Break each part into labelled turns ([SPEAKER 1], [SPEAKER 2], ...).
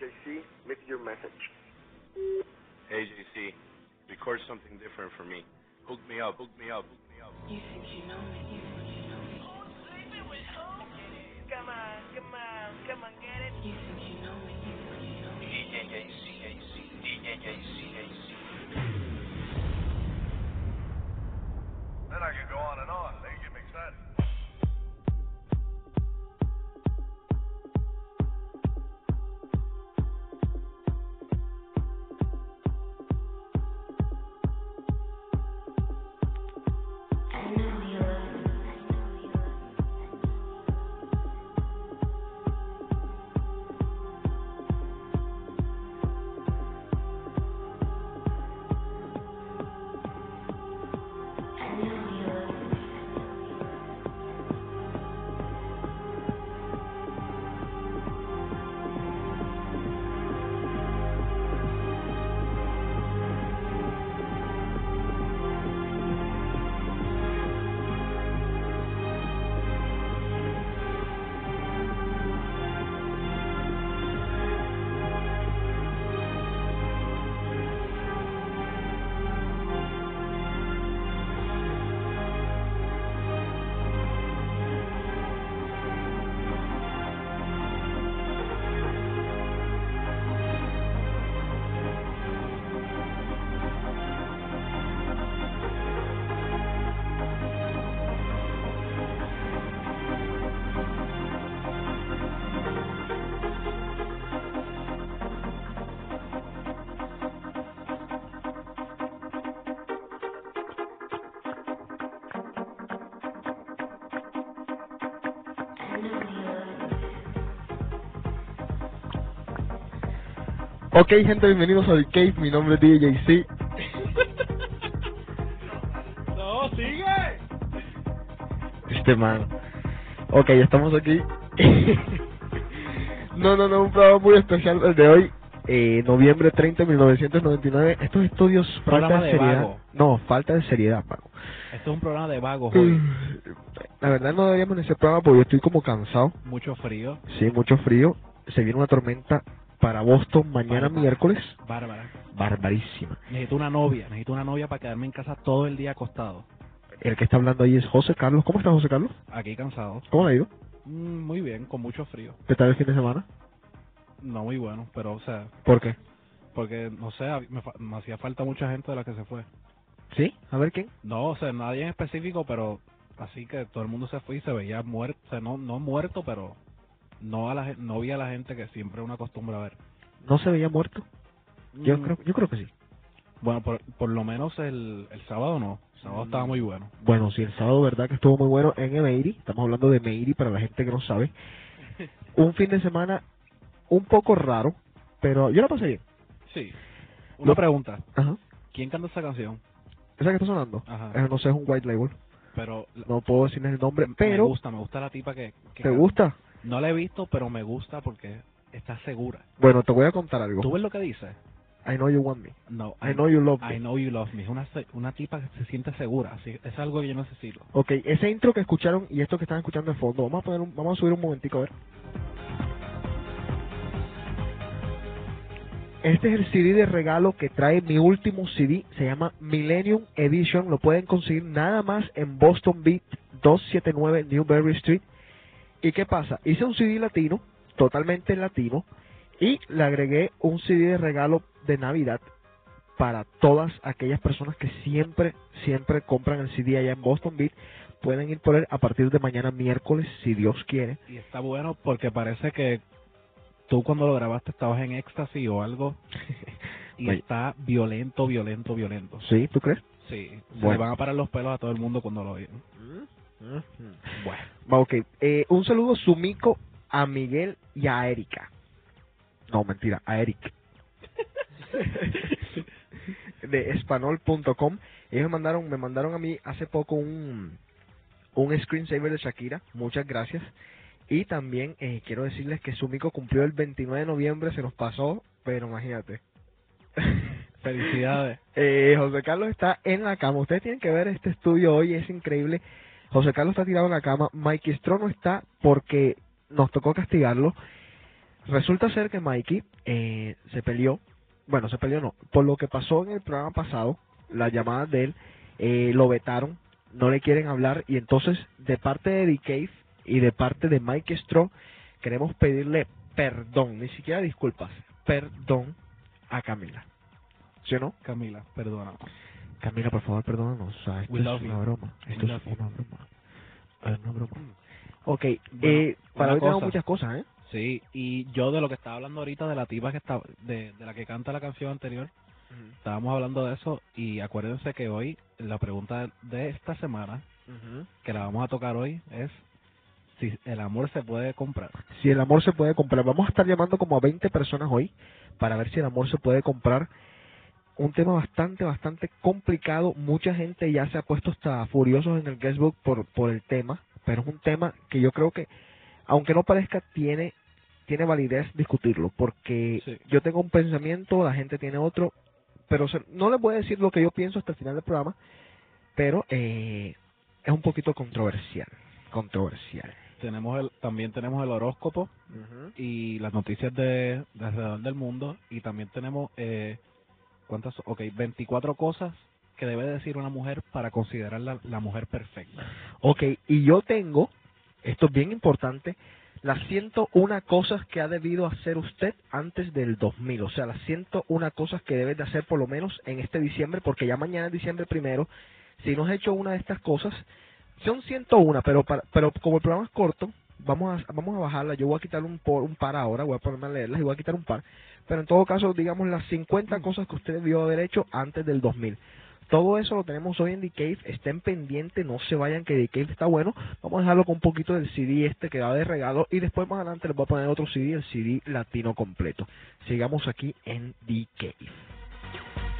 [SPEAKER 1] JC, leave your message.
[SPEAKER 2] Hey, JC, record something different for me. Hook me up, hook me up, hook me up.
[SPEAKER 3] You think you know me, you think you know me.
[SPEAKER 4] Come on, come on, come on, get it.
[SPEAKER 3] You think you know me, you think you know me.
[SPEAKER 5] Then I could go on and on. They get me excited.
[SPEAKER 6] Ok, gente, bienvenidos a The Cave. Mi nombre es DJC.
[SPEAKER 7] No, sigue.
[SPEAKER 6] Este man. Ok, estamos aquí. no, no, no, un programa muy especial el de hoy. Eh, noviembre 30, 1999. Estos estudios, falta
[SPEAKER 7] Programa
[SPEAKER 6] de
[SPEAKER 7] de
[SPEAKER 6] seriedad.
[SPEAKER 7] vago.
[SPEAKER 6] No, falta de seriedad, Paco.
[SPEAKER 7] Esto es un programa de vagos hoy.
[SPEAKER 6] La verdad, no deberíamos en ese programa porque yo estoy como cansado.
[SPEAKER 7] Mucho frío.
[SPEAKER 6] Sí, mucho frío. Se viene una tormenta para Boston mañana
[SPEAKER 7] Bárbara.
[SPEAKER 6] miércoles.
[SPEAKER 7] Bárbara.
[SPEAKER 6] Barbarísima.
[SPEAKER 7] Necesito una novia. Necesito una novia para quedarme en casa todo el día acostado.
[SPEAKER 6] El que está hablando ahí es José Carlos. ¿Cómo está José Carlos?
[SPEAKER 7] Aquí cansado.
[SPEAKER 6] ¿Cómo le ha ido?
[SPEAKER 7] Mm, muy bien, con mucho frío.
[SPEAKER 6] ¿Qué tal el fin de semana?
[SPEAKER 7] No muy bueno, pero o sea,
[SPEAKER 6] ¿Por qué?
[SPEAKER 7] porque no sé, hab- me, fa- me hacía falta mucha gente de la que se fue.
[SPEAKER 6] ¿Sí? A ver quién.
[SPEAKER 7] No, o sea, nadie en específico, pero así que todo el mundo se fue y se veía muerto. O sea, no, no muerto, pero no a la, gen- no vi a la gente que siempre uno acostumbra ver.
[SPEAKER 6] ¿No se veía muerto? Yo
[SPEAKER 7] Mm,
[SPEAKER 6] creo, yo creo que sí.
[SPEAKER 7] Bueno, por, por lo menos el, el sábado no. El sábado estaba
[SPEAKER 6] Mm.
[SPEAKER 7] muy bueno.
[SPEAKER 6] Bueno, sí, el sábado, ¿verdad? Que estuvo muy bueno en Emeiri. Estamos hablando de Emeiri para la gente que no sabe. Un fin de semana un poco raro, pero yo la pasé bien.
[SPEAKER 7] Sí.
[SPEAKER 6] No.
[SPEAKER 7] Una pregunta.
[SPEAKER 6] Ajá.
[SPEAKER 7] ¿Quién canta esa canción?
[SPEAKER 6] ¿Esa que está sonando?
[SPEAKER 7] Ajá.
[SPEAKER 6] Eh, no sé, es un white label.
[SPEAKER 7] Pero la-
[SPEAKER 6] No puedo decirles el nombre,
[SPEAKER 7] me
[SPEAKER 6] pero
[SPEAKER 7] gusta, me gusta la tipa que, que
[SPEAKER 6] ¿te
[SPEAKER 7] canta.
[SPEAKER 6] gusta?
[SPEAKER 7] No la he visto, pero me gusta porque está segura.
[SPEAKER 6] Bueno, te voy a contar algo.
[SPEAKER 7] ¿Tú ves lo que dice?
[SPEAKER 6] I know you want me.
[SPEAKER 7] No.
[SPEAKER 6] I know you love me.
[SPEAKER 7] I know you love me. Es una, se- una tipa que se siente segura. Así, es algo que yo necesito.
[SPEAKER 6] Ok, ese intro que escucharon y esto que están escuchando de fondo, vamos a poner un- vamos a subir un momentico a ver. Este es el CD de regalo que trae mi último CD, se llama Millennium Edition, lo pueden conseguir nada más en Boston Beat 279 Newberry Street. ¿Y qué pasa? Hice un CD latino, totalmente latino, y le agregué un CD de regalo de Navidad para todas aquellas personas que siempre, siempre compran el CD allá en Boston Beat. Pueden ir por él a partir de mañana miércoles, si Dios quiere.
[SPEAKER 7] Y está bueno porque parece que tú cuando lo grabaste estabas en éxtasis o algo. Y
[SPEAKER 6] Oye.
[SPEAKER 7] está violento, violento, violento.
[SPEAKER 6] ¿Sí? ¿Tú crees?
[SPEAKER 7] Sí. Se le
[SPEAKER 6] Bueno.
[SPEAKER 7] van a parar los pelos a todo el mundo cuando lo oyen. Bueno.
[SPEAKER 6] Va, Ok, eh, un saludo sumico a Miguel y a Erika. No, mentira, a Eric. de espanol.com. Ellos me mandaron, me mandaron a mí hace poco un, un screensaver de Shakira. Muchas gracias. Y también eh, quiero decirles que Sumico cumplió el 29 de noviembre, se nos pasó, pero imagínate.
[SPEAKER 7] Felicidades.
[SPEAKER 6] Eh, José Carlos está en la cama. Ustedes tienen que ver este estudio hoy, es increíble. José Carlos está tirado en la cama. Mikey Strono está porque nos tocó castigarlo. Resulta ser que Mikey eh, se peleó, bueno, se peleó no, por lo que pasó en el programa pasado, las llamadas de él, eh, lo vetaron, no le quieren hablar y entonces de parte de The Cave y de parte de Mike Straw queremos pedirle perdón, ni siquiera disculpas, perdón a Camila. ¿Sí o no?
[SPEAKER 7] Camila, perdona.
[SPEAKER 6] Camila, por favor, perdónanos. o sea, esto
[SPEAKER 7] We
[SPEAKER 6] es
[SPEAKER 7] love
[SPEAKER 6] una
[SPEAKER 7] you.
[SPEAKER 6] broma.
[SPEAKER 7] We
[SPEAKER 6] Esto es
[SPEAKER 7] love you.
[SPEAKER 6] una broma. Es una broma. Ok,
[SPEAKER 7] Bueno,
[SPEAKER 6] eh,
[SPEAKER 7] una
[SPEAKER 6] para hoy tenemos
[SPEAKER 7] cosa.
[SPEAKER 6] muchas cosas, ¿eh?
[SPEAKER 7] Sí, y yo de lo que estaba hablando ahorita de la tipa que está, de, de la que canta la canción anterior, estábamos hablando de eso y acuérdense que hoy la pregunta de esta semana que la vamos a tocar hoy es si el amor se puede comprar.
[SPEAKER 6] Si el amor se puede comprar. Vamos a estar llamando como a 20 personas hoy para ver si el amor se puede comprar. Un tema bastante, bastante complicado. Mucha gente ya se ha puesto hasta furiosos en el guestbook por, por el tema, pero es un tema que yo creo que, aunque no parezca, tiene, tiene validez discutirlo, porque
[SPEAKER 7] Sí.
[SPEAKER 6] yo tengo un pensamiento, la gente tiene otro, pero se- no les voy a decir lo que yo pienso hasta el final del programa, pero eh, es un poquito controversial, controversial.
[SPEAKER 7] Tenemos el, también tenemos el horóscopo y las noticias de, de alrededor del mundo y también tenemos eh, cuántas, ok, 24 cosas que debe decir una mujer para considerarla la mujer perfecta.
[SPEAKER 6] Ok, y yo tengo, esto es bien importante, las 101 cosas que ha debido hacer usted antes del 2000. O sea, las 101 cosas que debes de hacer por lo menos en este diciembre, porque ya mañana es diciembre primero. Si no has hecho una de estas cosas, son 101, pero, para- pero como el programa es corto, vamos a, vamos a bajarla. Yo voy a quitar un, por, un par ahora, voy a ponerme a leerlas y voy a quitar un par. Pero en todo caso, digamos las 50 cosas que usted debió haber hecho antes del 2000. Todo eso lo tenemos hoy en The Cave. Estén pendientes, no se vayan, que The Cave está bueno. Vamos a dejarlo con un poquito del CD este que va de regalo. Y después más adelante les voy a poner otro CD, el CD latino completo. Sigamos aquí en The Cave.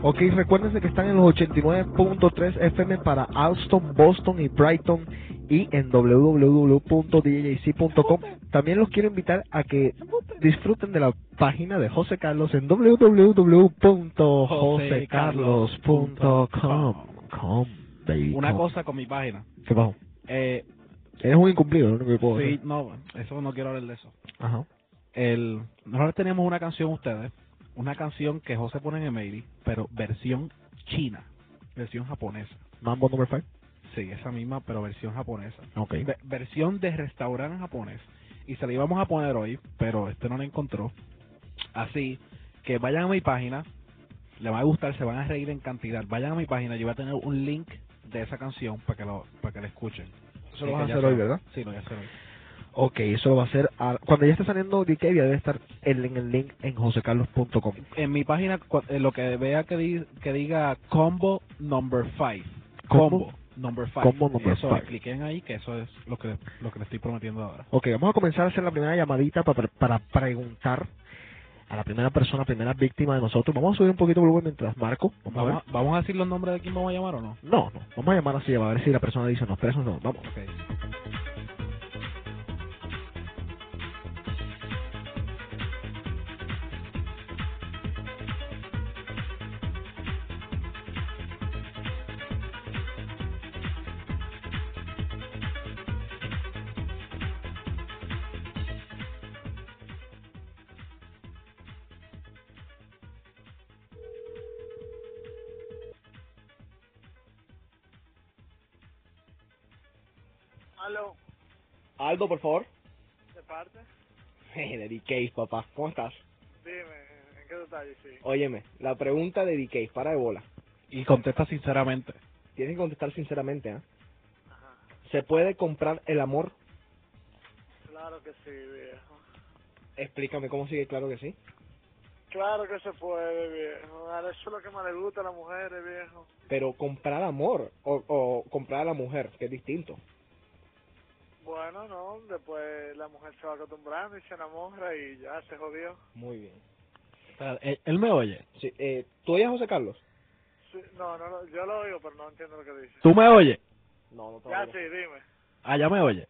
[SPEAKER 6] Ok, recuérdense que están en los 89.3 FM para Alston, Boston y Brighton y en www.djc.com. También los quiero invitar a que disfruten de la página de José Carlos en www.josecarlos.com. Com, baby,
[SPEAKER 7] Una
[SPEAKER 6] com.
[SPEAKER 7] cosa con mi página.
[SPEAKER 6] ¿Qué pasó?
[SPEAKER 7] Eh,
[SPEAKER 6] Eres un incumplido, no me puedo
[SPEAKER 7] sí,
[SPEAKER 6] decir.
[SPEAKER 7] no, eso no quiero hablar de eso.
[SPEAKER 6] Ajá.
[SPEAKER 7] El, nosotros teníamos una canción ustedes una canción que José pone en Emery, pero versión china, versión japonesa.
[SPEAKER 6] Mambo number 5.
[SPEAKER 7] Sí, esa misma, pero versión japonesa.
[SPEAKER 6] Ok.
[SPEAKER 7] Ve- versión de restaurante japonés. Y se la íbamos a poner hoy, pero este no la encontró. Así que vayan a mi página, le va a gustar, se van a reír en cantidad. Vayan a mi página, yo voy a tener un link de esa canción para que lo, para que la escuchen.
[SPEAKER 6] Eso lo
[SPEAKER 7] Así que ya
[SPEAKER 6] vas a hacer hoy,
[SPEAKER 7] saben.
[SPEAKER 6] ¿verdad?
[SPEAKER 7] Sí, lo voy a hacer hoy.
[SPEAKER 6] Ok, eso lo va a hacer. a- cuando ya esté saliendo Dikevia, debe estar el- en el link en josecarlos.com.
[SPEAKER 7] En mi página, cu- eh, lo que vea que, di- que diga combo number 5.
[SPEAKER 6] Combo.
[SPEAKER 7] Combo number 5.
[SPEAKER 6] Combo number
[SPEAKER 7] eso,
[SPEAKER 6] five.
[SPEAKER 7] cliquen ahí, que eso es lo que, lo que le estoy prometiendo ahora.
[SPEAKER 6] Ok, vamos a comenzar a hacer la primera llamadita pa- para, para preguntar a la primera persona, primera víctima de nosotros. Vamos a subir un poquito el volumen mientras marco. Vamos, a ver.
[SPEAKER 7] ¿Vamos a, ¿Vamos a decir los nombres de quién vamos a llamar o no?
[SPEAKER 6] No, no. Vamos a llamar así, a ver si la persona dice no, pero eso no. Vamos.
[SPEAKER 7] Ok.
[SPEAKER 4] Aló,
[SPEAKER 8] Aldo, por favor. Eh,
[SPEAKER 4] ¿de parte?
[SPEAKER 8] de DK, papá. ¿Cómo estás?
[SPEAKER 4] Dime, ¿en qué detalle sí?
[SPEAKER 8] Óyeme, la pregunta de DK, para de bola.
[SPEAKER 7] Y contesta sinceramente.
[SPEAKER 8] Tienes que contestar sinceramente, ¿ah? ¿Se puede comprar el amor?
[SPEAKER 4] Claro que sí, viejo.
[SPEAKER 8] Explícame cómo sigue, claro que sí.
[SPEAKER 4] Claro que se puede, viejo. Ahora Eso es lo que más le gusta a las mujeres, viejo.
[SPEAKER 8] Pero comprar amor o, o comprar a la mujer, que es distinto.
[SPEAKER 4] Bueno, no, después la mujer se va acostumbrando y se enamora y ya se jodió.
[SPEAKER 8] Muy bien.
[SPEAKER 7] Espera, Él, él me oye.
[SPEAKER 8] Sí, eh, ¿Tú oyes a José Carlos?
[SPEAKER 4] Sí, no, no, lo- yo lo oigo, pero no entiendo lo que dice.
[SPEAKER 7] ¿Tú me oyes?
[SPEAKER 8] No, no te
[SPEAKER 4] Ya
[SPEAKER 8] oigo.
[SPEAKER 4] sí, dime.
[SPEAKER 7] Ah, ya me oye.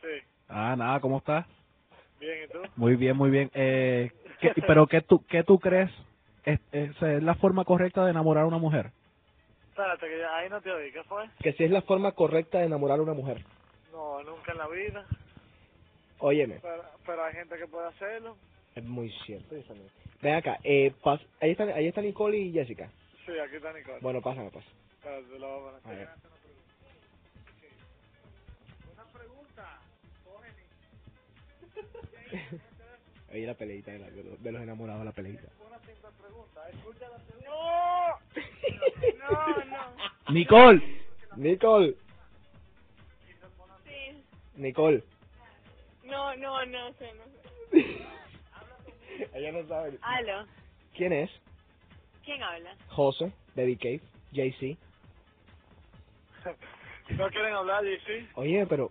[SPEAKER 4] Sí,
[SPEAKER 7] Ah, nada, ¿cómo estás?
[SPEAKER 4] bien, ¿y tú?
[SPEAKER 7] Muy bien, muy bien. Eh, ¿qué- ¿Pero qué tú, qué tú crees? ¿Es, es, es la forma correcta de enamorar a una mujer?
[SPEAKER 4] Espérate, que ya, ahí no te oí, ¿qué fue?
[SPEAKER 8] Que si es la forma correcta de enamorar a una mujer.
[SPEAKER 4] No, nunca en la vida.
[SPEAKER 8] Óyeme,
[SPEAKER 4] Pero, pero hay gente que puede hacerlo.
[SPEAKER 8] es muy cierto. eso no. Ven acá, eh, pas- ahí, están, ahí están Nicole y Jessica.
[SPEAKER 4] Sí, aquí está Nicole.
[SPEAKER 8] Bueno, pásame, pues.
[SPEAKER 4] Espérate, lo voy a poner.
[SPEAKER 8] A ver. Ahí la peleita de, la- de los- de los enamorados, la peleita.
[SPEAKER 4] ¡No! No, no.
[SPEAKER 7] Nicole,
[SPEAKER 8] Nicole,
[SPEAKER 9] Sí.
[SPEAKER 8] Nicole.
[SPEAKER 9] No, no, no sé, no sé.
[SPEAKER 8] Ella no sabe.
[SPEAKER 9] Aló,
[SPEAKER 8] ¿Quién es?
[SPEAKER 9] ¿quién habla?
[SPEAKER 8] José, Daddy Cave, JC.
[SPEAKER 4] No quieren hablar, sí.
[SPEAKER 8] Oye, pero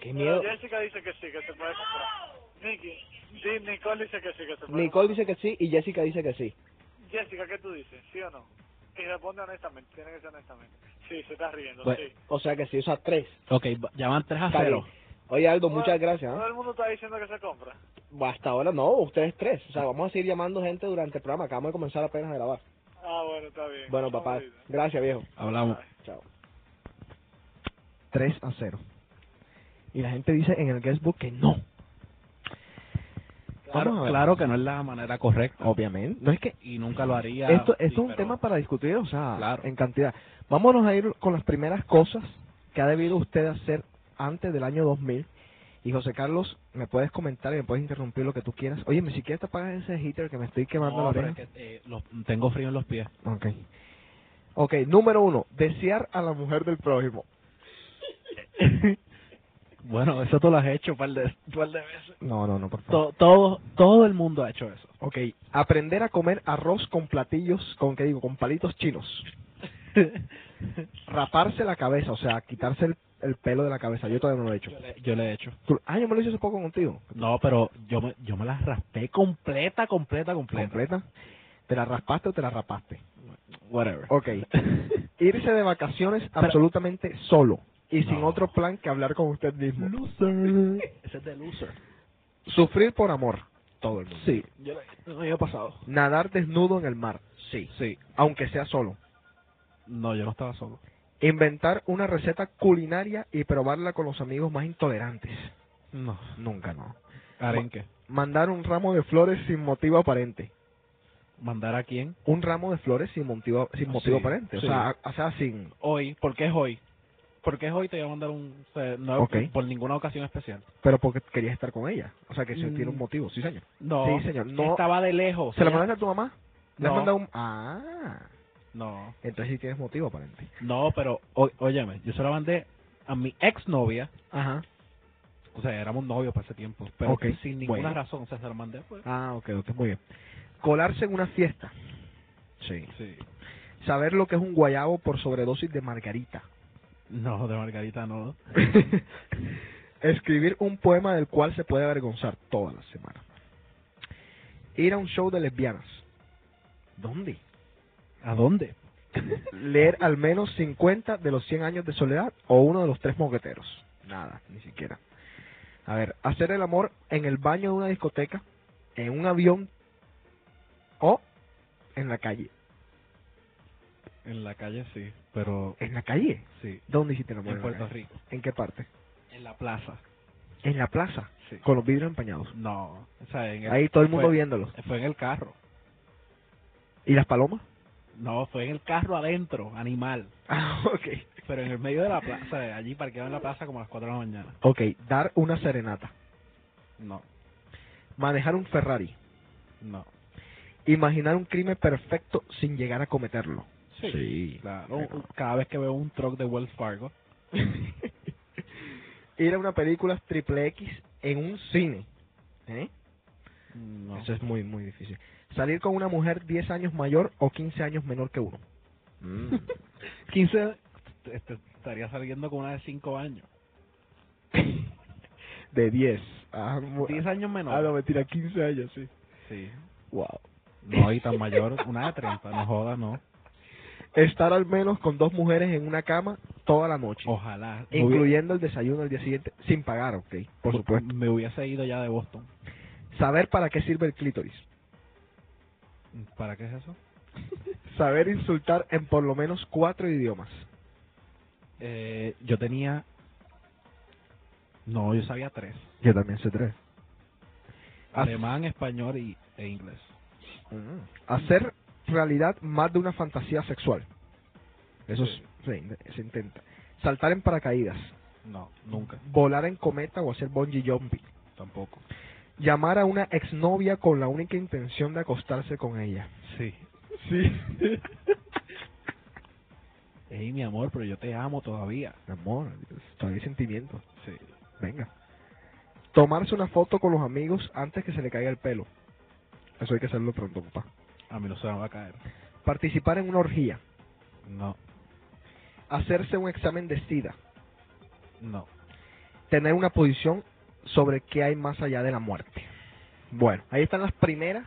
[SPEAKER 8] qué
[SPEAKER 4] Pero
[SPEAKER 8] miedo.
[SPEAKER 4] Jessica dice que sí, que se puede comprar. Nicky, sí, Nicole dice que sí, que se puede
[SPEAKER 8] Nicole dice que sí y Jessica dice que sí.
[SPEAKER 4] comprar. Jessica, ¿qué tú dices? ¿Sí o no? Y responde honestamente, tiene que ser honestamente. Sí, se está riendo,
[SPEAKER 7] Bueno,
[SPEAKER 4] sí.
[SPEAKER 8] O sea que sí, o sea, tres.
[SPEAKER 7] ok, va- ya van 3 a
[SPEAKER 8] Está
[SPEAKER 7] 0.
[SPEAKER 8] bien. Oye, Aldo, muchas gracias.
[SPEAKER 4] Todo
[SPEAKER 8] ¿ah?
[SPEAKER 4] el mundo está diciendo que se compra.
[SPEAKER 8] Hasta ahora no, ustedes tres. O sea, vamos a seguir llamando gente durante el programa. Acabamos de comenzar apenas a grabar.
[SPEAKER 4] Ah, bueno, está bien.
[SPEAKER 8] Bueno, papá,
[SPEAKER 4] Vamos ahorita.
[SPEAKER 8] gracias, viejo.
[SPEAKER 7] Hablamos.
[SPEAKER 8] Chao.
[SPEAKER 6] 3 a 0. Y la gente dice en el guestbook que no. Vamos a
[SPEAKER 7] Claro,
[SPEAKER 6] ver.
[SPEAKER 7] claro que no es la manera correcta.
[SPEAKER 6] Obviamente. No es que
[SPEAKER 7] Y nunca lo haría.
[SPEAKER 6] esto, esto
[SPEAKER 7] sí,
[SPEAKER 6] es un
[SPEAKER 7] pero-
[SPEAKER 6] tema para discutir, o sea,
[SPEAKER 7] Claro.
[SPEAKER 6] en cantidad. Vámonos a ir con las primeras cosas que ha debido usted hacer antes del año 2000. Y José Carlos, me puedes comentar y me puedes interrumpir lo que tú quieras. Oye, ni siquiera te apagas ese heater que me estoy quemando la
[SPEAKER 7] No, pero
[SPEAKER 6] oreja.
[SPEAKER 7] es que, eh, los- tengo frío en los pies.
[SPEAKER 6] Ok. Ok, número uno, desear a la mujer del prójimo.
[SPEAKER 7] Bueno, eso tú lo has hecho un par de, par de veces.
[SPEAKER 6] No, no, no, por favor.
[SPEAKER 7] To- todo, todo el mundo ha hecho eso.
[SPEAKER 6] Ok, aprender a comer arroz con platillos, con qué digo, con palitos chinos. Raparse la cabeza, o sea, quitarse el, el pelo de la cabeza. Yo todavía no lo he hecho.
[SPEAKER 7] Yo le- yo le he hecho.
[SPEAKER 6] Tú- ah, yo me lo hice hace poco contigo.
[SPEAKER 7] No, pero yo me, yo me la raspé completa, completa, completa.
[SPEAKER 6] ¿Completa? ¿Te la raspaste o te la rapaste?
[SPEAKER 7] Whatever.
[SPEAKER 6] Ok. Irse de vacaciones
[SPEAKER 7] Pero-
[SPEAKER 6] absolutamente solo y sin
[SPEAKER 7] No.
[SPEAKER 6] otro plan que hablar con usted mismo.
[SPEAKER 7] Loser. Ese es de loser.
[SPEAKER 6] Sufrir por amor. Todo el mundo.
[SPEAKER 7] Sí. Yo no había pasado.
[SPEAKER 6] Nadar desnudo en el mar.
[SPEAKER 7] Sí. Sí.
[SPEAKER 6] Aunque sea solo.
[SPEAKER 7] No, yo no estaba solo.
[SPEAKER 6] Inventar una receta culinaria y probarla con los amigos más intolerantes.
[SPEAKER 7] No.
[SPEAKER 6] Nunca, no.
[SPEAKER 7] Arenque.
[SPEAKER 6] Mandar un ramo de flores sin motivo aparente.
[SPEAKER 7] mandar a quién
[SPEAKER 6] un ramo de flores sin motivo, sin
[SPEAKER 7] Ah,
[SPEAKER 6] motivo
[SPEAKER 7] sí,
[SPEAKER 6] aparente.
[SPEAKER 7] sí.
[SPEAKER 6] O, sea, a- o sea, sin...
[SPEAKER 7] hoy, porque es hoy. Porque es hoy te voy a mandar un o sea, no
[SPEAKER 6] Ok.
[SPEAKER 7] por ninguna ocasión especial.
[SPEAKER 6] Pero porque querías estar con ella. O sea, que eso
[SPEAKER 7] Mm.
[SPEAKER 6] tiene un motivo, sí, señor.
[SPEAKER 7] No,
[SPEAKER 6] Sí, señor, no.
[SPEAKER 7] estaba de lejos.
[SPEAKER 6] ¿Se la mandaste a tu mamá? ¿Le has
[SPEAKER 7] No.
[SPEAKER 6] mandado un...? Ah,
[SPEAKER 7] No,
[SPEAKER 6] entonces sí tienes motivo aparente.
[SPEAKER 7] no, pero o- óyeme, yo se la mandé a mi exnovia,
[SPEAKER 6] Ajá.
[SPEAKER 7] o sea, éramos novios para ese tiempo, pero
[SPEAKER 6] Ok,
[SPEAKER 7] sin ninguna
[SPEAKER 6] bueno.
[SPEAKER 7] razón, o sea, se la mandé pues.
[SPEAKER 6] Ah, ok, ok, muy bien. Colarse en una fiesta. Sí.
[SPEAKER 7] Sí.
[SPEAKER 6] Saber lo que es un guayabo por sobredosis de margarita.
[SPEAKER 7] No, de Margarita no.
[SPEAKER 6] Escribir un poema del cual se puede avergonzar toda la semana. Ir a un show de lesbianas. ¿Dónde?
[SPEAKER 7] ¿A dónde?
[SPEAKER 6] Leer al menos 50 de los 100 años de soledad o uno de los tres moqueteros. Nada, ni siquiera. A ver, hacer el amor en el baño de una discoteca, en un avión o en la calle.
[SPEAKER 7] En la calle sí, pero
[SPEAKER 6] ¿En la calle?
[SPEAKER 7] sí,
[SPEAKER 6] ¿Dónde hiciste el amor?
[SPEAKER 7] en
[SPEAKER 6] la
[SPEAKER 7] Puerto
[SPEAKER 6] calle?
[SPEAKER 7] Rico,
[SPEAKER 6] ¿En qué parte?
[SPEAKER 7] en la plaza.
[SPEAKER 6] En la plaza,
[SPEAKER 7] Sí.
[SPEAKER 6] con los vidrios empañados.
[SPEAKER 7] No, o sea, en el-
[SPEAKER 6] Ahí todo el mundo
[SPEAKER 7] fue-
[SPEAKER 6] viéndolo.
[SPEAKER 7] Fue en el carro.
[SPEAKER 6] ¿Y las palomas?
[SPEAKER 7] No, fue en el carro adentro, animal.
[SPEAKER 6] Ah, ok.
[SPEAKER 7] Pero en el medio de la plaza, allí parqueado en la plaza como a las 4 de la mañana.
[SPEAKER 6] Ok, dar una serenata.
[SPEAKER 7] No,
[SPEAKER 6] Manejar un Ferrari.
[SPEAKER 7] no.
[SPEAKER 6] Imaginar un crimen perfecto sin llegar a cometerlo.
[SPEAKER 7] Sí.
[SPEAKER 6] Sí,
[SPEAKER 7] Claro,
[SPEAKER 6] claro.
[SPEAKER 7] cada vez que veo un truck de Wells Fargo,
[SPEAKER 6] Ir a una película triple X en un cine. ¿Eh?
[SPEAKER 7] no.
[SPEAKER 6] Eso es muy, muy difícil. Salir con una mujer 10 años mayor o 15 años menor que uno.
[SPEAKER 7] Mm. 15, este, estaría saliendo con una de 5 años.
[SPEAKER 6] De 10. Ah, mu-
[SPEAKER 7] 10 años
[SPEAKER 6] Ah, no,
[SPEAKER 7] menor.
[SPEAKER 6] mentira, 15 años, sí.
[SPEAKER 7] Sí.
[SPEAKER 6] Wow.
[SPEAKER 7] No, y tan mayor, una de 30, no joda, no.
[SPEAKER 6] Estar al menos con dos mujeres en una cama toda la noche.
[SPEAKER 7] Ojalá. Me hubiera-
[SPEAKER 6] incluyendo el desayuno al día siguiente, sin pagar, ok, por supuesto.
[SPEAKER 7] Me hubiese ido ya de Boston.
[SPEAKER 6] Saber para qué sirve el clítoris.
[SPEAKER 7] ¿Para qué es eso?
[SPEAKER 6] Saber insultar en por lo menos cuatro idiomas.
[SPEAKER 7] Eh, yo tenía... No, yo sabía tres.
[SPEAKER 6] Yo también sé tres.
[SPEAKER 7] Alemán, español y, e inglés.
[SPEAKER 6] Hacer realidad más de una fantasía sexual. Eso es- se, se intenta. Saltar en paracaídas.
[SPEAKER 7] No, nunca,
[SPEAKER 6] Volar en cometa o hacer bungee jumping.
[SPEAKER 7] tampoco.
[SPEAKER 6] Llamar a una exnovia con la única intención de acostarse con ella.
[SPEAKER 7] Sí.
[SPEAKER 6] Sí.
[SPEAKER 7] Ey, mi amor, pero yo te amo todavía.
[SPEAKER 6] Amor, todavía hay sentimientos.
[SPEAKER 7] Sí.
[SPEAKER 6] Venga. Tomarse una foto con los amigos antes que se le caiga el pelo. Eso hay que hacerlo pronto, papá.
[SPEAKER 7] A mí no se me va a caer.
[SPEAKER 6] Participar en una orgía.
[SPEAKER 7] No,
[SPEAKER 6] Hacerse un examen de SIDA.
[SPEAKER 7] no.
[SPEAKER 6] Tener una posición sobre qué hay más allá de la muerte. Bueno, ahí están las primeras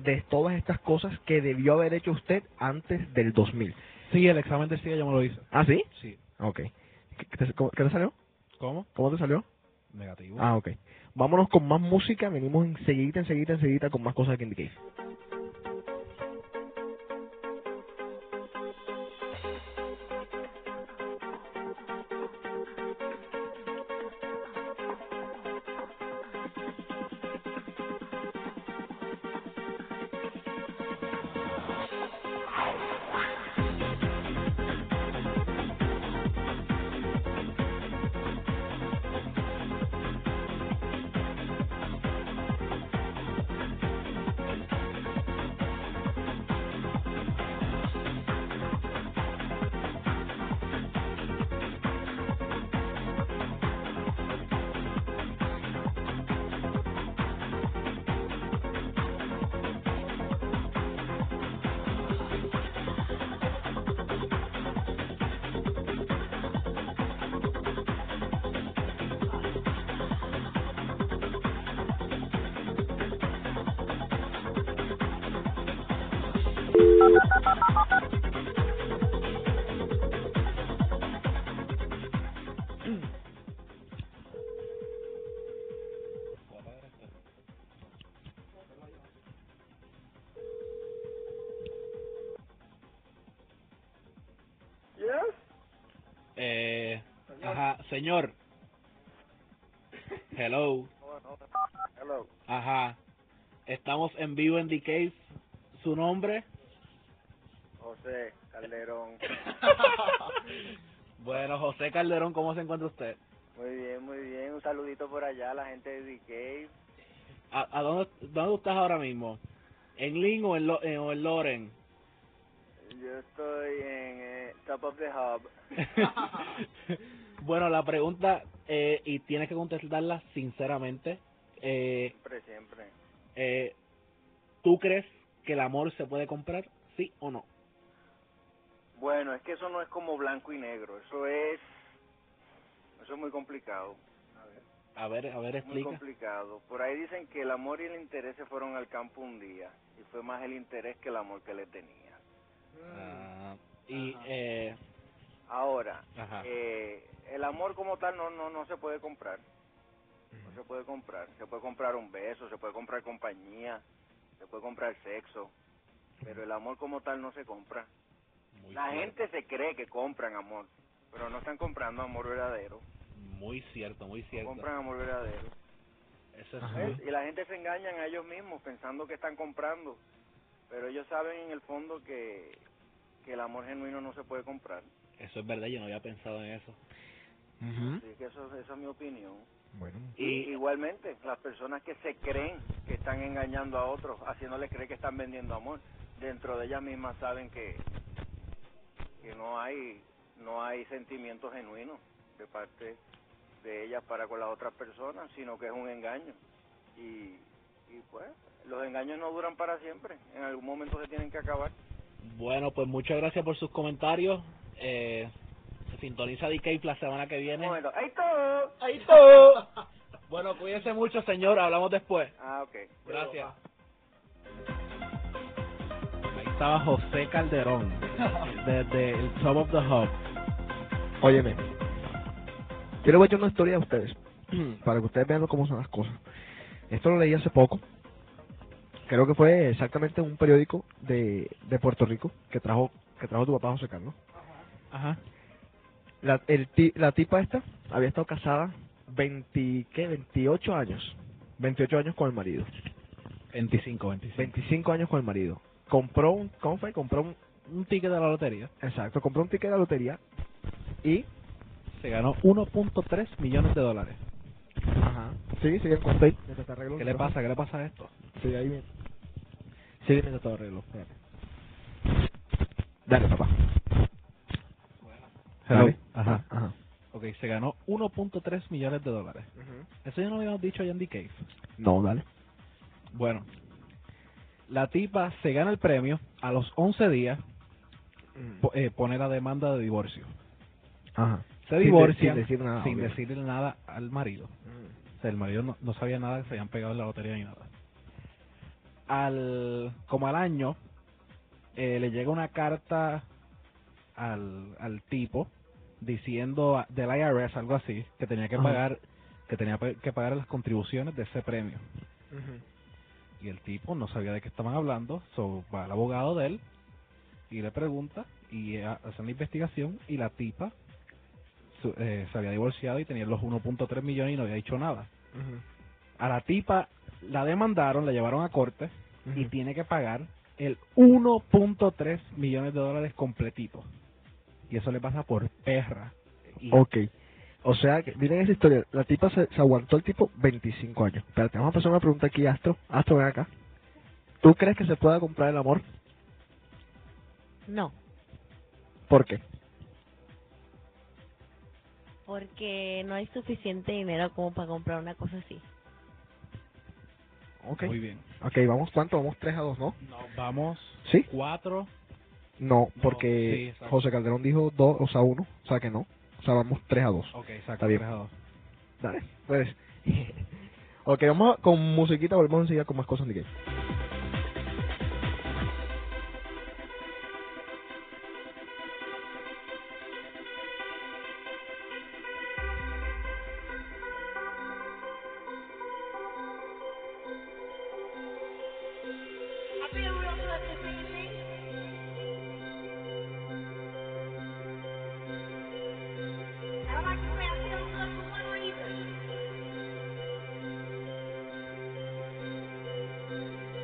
[SPEAKER 6] de todas estas cosas que debió haber hecho usted antes del 2000.
[SPEAKER 7] Sí, el examen de SIDA yo me lo hice.
[SPEAKER 6] ¿Ah, sí?
[SPEAKER 7] Sí.
[SPEAKER 6] Ok. ¿Qué qué te, cómo- qué te salió?
[SPEAKER 7] ¿Cómo?
[SPEAKER 6] ¿Cómo te salió?
[SPEAKER 7] Negativo.
[SPEAKER 6] Ah, ok. Vámonos con más música. Venimos enseguida, enseguida, enseguida con más cosas que indiqué.
[SPEAKER 4] Yes.
[SPEAKER 7] Eh, ajá, señor. Hello.
[SPEAKER 4] Bueno, hello.
[SPEAKER 7] Ajá. Estamos en vivo en The Cave. Su nombre.
[SPEAKER 1] José Calderón.
[SPEAKER 7] bueno, José Calderón, ¿cómo se encuentra usted?
[SPEAKER 1] Muy bien, muy bien. Un saludito por allá a la gente de DK.
[SPEAKER 7] ¿A, a dónde, dónde estás ahora mismo? ¿En Lynn o en, Lo- en- o en Loren?
[SPEAKER 1] Yo estoy en eh, Top of the Hub.
[SPEAKER 7] bueno, la pregunta, eh, y tienes que contestarla sinceramente. Eh,
[SPEAKER 1] Siempre, siempre.
[SPEAKER 7] eh, ¿Tú crees que el amor se puede comprar? ¿Sí o no?
[SPEAKER 1] Bueno, es que eso no es como blanco y negro. Eso es. Eso es muy complicado.
[SPEAKER 7] A ver, a ver,
[SPEAKER 1] Muy
[SPEAKER 7] explica.
[SPEAKER 1] complicado. Por ahí dicen que el amor y el interés se fueron al campo un día. Y fue más el interés que el amor que le tenía.
[SPEAKER 7] Ah, y, eh,
[SPEAKER 1] Ahora,
[SPEAKER 7] ajá.
[SPEAKER 1] eh, el amor como tal no, no, no se puede comprar.
[SPEAKER 7] Mm,
[SPEAKER 1] No se puede comprar. Se puede comprar un beso, se puede comprar compañía, se puede comprar sexo. Pero el amor como tal no se compra.
[SPEAKER 7] Muy
[SPEAKER 1] La
[SPEAKER 7] cierto.
[SPEAKER 1] gente se cree que compran amor, pero no están comprando amor verdadero.
[SPEAKER 7] Muy cierto, muy
[SPEAKER 1] No
[SPEAKER 7] cierto.
[SPEAKER 1] compran amor verdadero.
[SPEAKER 7] Eso es
[SPEAKER 6] Ajá.
[SPEAKER 1] ¿Ves? Y la gente se engañan a ellos mismos pensando que están comprando. Pero ellos saben en el fondo que, que el amor genuino no se puede comprar.
[SPEAKER 7] Eso es verdad, yo no había pensado en eso. ¿Mm?
[SPEAKER 1] Así que eso, eso es mi opinión.
[SPEAKER 6] Bueno.
[SPEAKER 1] Y igualmente, las personas que se creen que están engañando a otros, haciéndoles creer que están vendiendo amor, dentro de ellas mismas saben que, que no hay no hay sentimientos genuinos de parte de ellas para con las otras personas, sino que es un engaño. Y, y pues, los engaños no duran para siempre, en algún momento se tienen que acabar.
[SPEAKER 7] Bueno, pues muchas gracias por sus comentarios. Eh, se sintoniza DK la semana que
[SPEAKER 1] Un
[SPEAKER 7] viene.
[SPEAKER 1] momento, ¡ahí todo!
[SPEAKER 7] Ahí todo. Bueno, cuídense mucho, señor. Hablamos después.
[SPEAKER 1] Ah, ok.
[SPEAKER 7] Gracias. Ahí estaba José Calderón, desde el Top of the Hub.
[SPEAKER 6] Óyeme. Yo le voy a echar una historia a ustedes. Para que ustedes vean cómo son las cosas. Esto lo leí hace poco. Creo que fue exactamente un periódico de, de Puerto Rico que trajo que trajo tu papá José Carlos.
[SPEAKER 7] Ajá.
[SPEAKER 6] La, el ti- la tipa esta había estado casada 20, ¿qué? 28 años. 28 años con el marido.
[SPEAKER 7] 25, 25.
[SPEAKER 6] 25 años con el marido. Compró un, ¿cómo fue? Compró un,
[SPEAKER 7] Un ticket de la lotería.
[SPEAKER 6] exacto, compró un ticket de la lotería y
[SPEAKER 7] Se ganó 1.3 millones de dólares.
[SPEAKER 6] Ajá. Sí, sigue el cóctel. Mientras te arreglo el
[SPEAKER 7] ¿Qué le
[SPEAKER 6] micrófono.
[SPEAKER 7] pasa? ¿Qué le pasa a esto?
[SPEAKER 6] Sigue ahí bien. Sigue mientras te arreglo. Espérate. Dale, papá. Dale.
[SPEAKER 7] Ajá.
[SPEAKER 6] Ajá.
[SPEAKER 7] Ok, se ganó 1.3 millones de dólares. Eso ya no lo habíamos dicho allá en The Cave.
[SPEAKER 6] No, dale.
[SPEAKER 7] Bueno, la tipa se gana el premio a los 11 días, po- eh, pone la demanda de divorcio.
[SPEAKER 6] Ajá.
[SPEAKER 7] Se
[SPEAKER 6] Sin de-
[SPEAKER 7] divorcia
[SPEAKER 6] sin decir nada,
[SPEAKER 7] sin
[SPEAKER 6] obvio.
[SPEAKER 7] decirle nada al marido. O sea, el marido no, no sabía nada, que se habían pegado en la lotería ni nada. Al, como al año, eh, le llega una carta al, al tipo diciendo a- del IRS, algo así, que tenía que
[SPEAKER 6] Ajá.
[SPEAKER 7] pagar que tenía pe- que pagar las contribuciones de ese premio. Y el tipo no sabía de qué estaban hablando, so va al abogado de él y le pregunta y eh, hacen la investigación y la tipa su- eh, se había divorciado y tenía los 1.3 millones y no había dicho nada. A la tipa la demandaron, la llevaron a corte y tiene que pagar el 1.3 millones de dólares completito. Y eso le pasa por perra. Y
[SPEAKER 6] Ok. O sea, que, miren esa historia. La tipa se, se aguantó el tipo 25 años. Espérate, vamos a empezar una pregunta aquí, Astro. Astro, ven acá. ¿Tú crees que se pueda comprar el amor?
[SPEAKER 10] No,
[SPEAKER 6] ¿Por qué?
[SPEAKER 10] porque no hay suficiente dinero como para comprar una cosa así.
[SPEAKER 6] Ok.
[SPEAKER 7] Muy bien.
[SPEAKER 6] Ok, vamos, ¿cuánto? Vamos 3 a 2, ¿no?
[SPEAKER 7] Nos vamos
[SPEAKER 6] ¿Sí?
[SPEAKER 7] cuatro.
[SPEAKER 6] No,
[SPEAKER 7] No, sí,
[SPEAKER 6] porque
[SPEAKER 7] exacto.
[SPEAKER 6] José Calderón dijo 2, o sea, 1. O sea que no. O sea, vamos 3 a 2.
[SPEAKER 7] Ok,
[SPEAKER 6] Está
[SPEAKER 7] exacto.
[SPEAKER 6] bien.
[SPEAKER 7] tres a dos.
[SPEAKER 6] Dale, pues. ok, vamos a- con musiquita, volvemos enseguida con más cosas de
[SPEAKER 3] I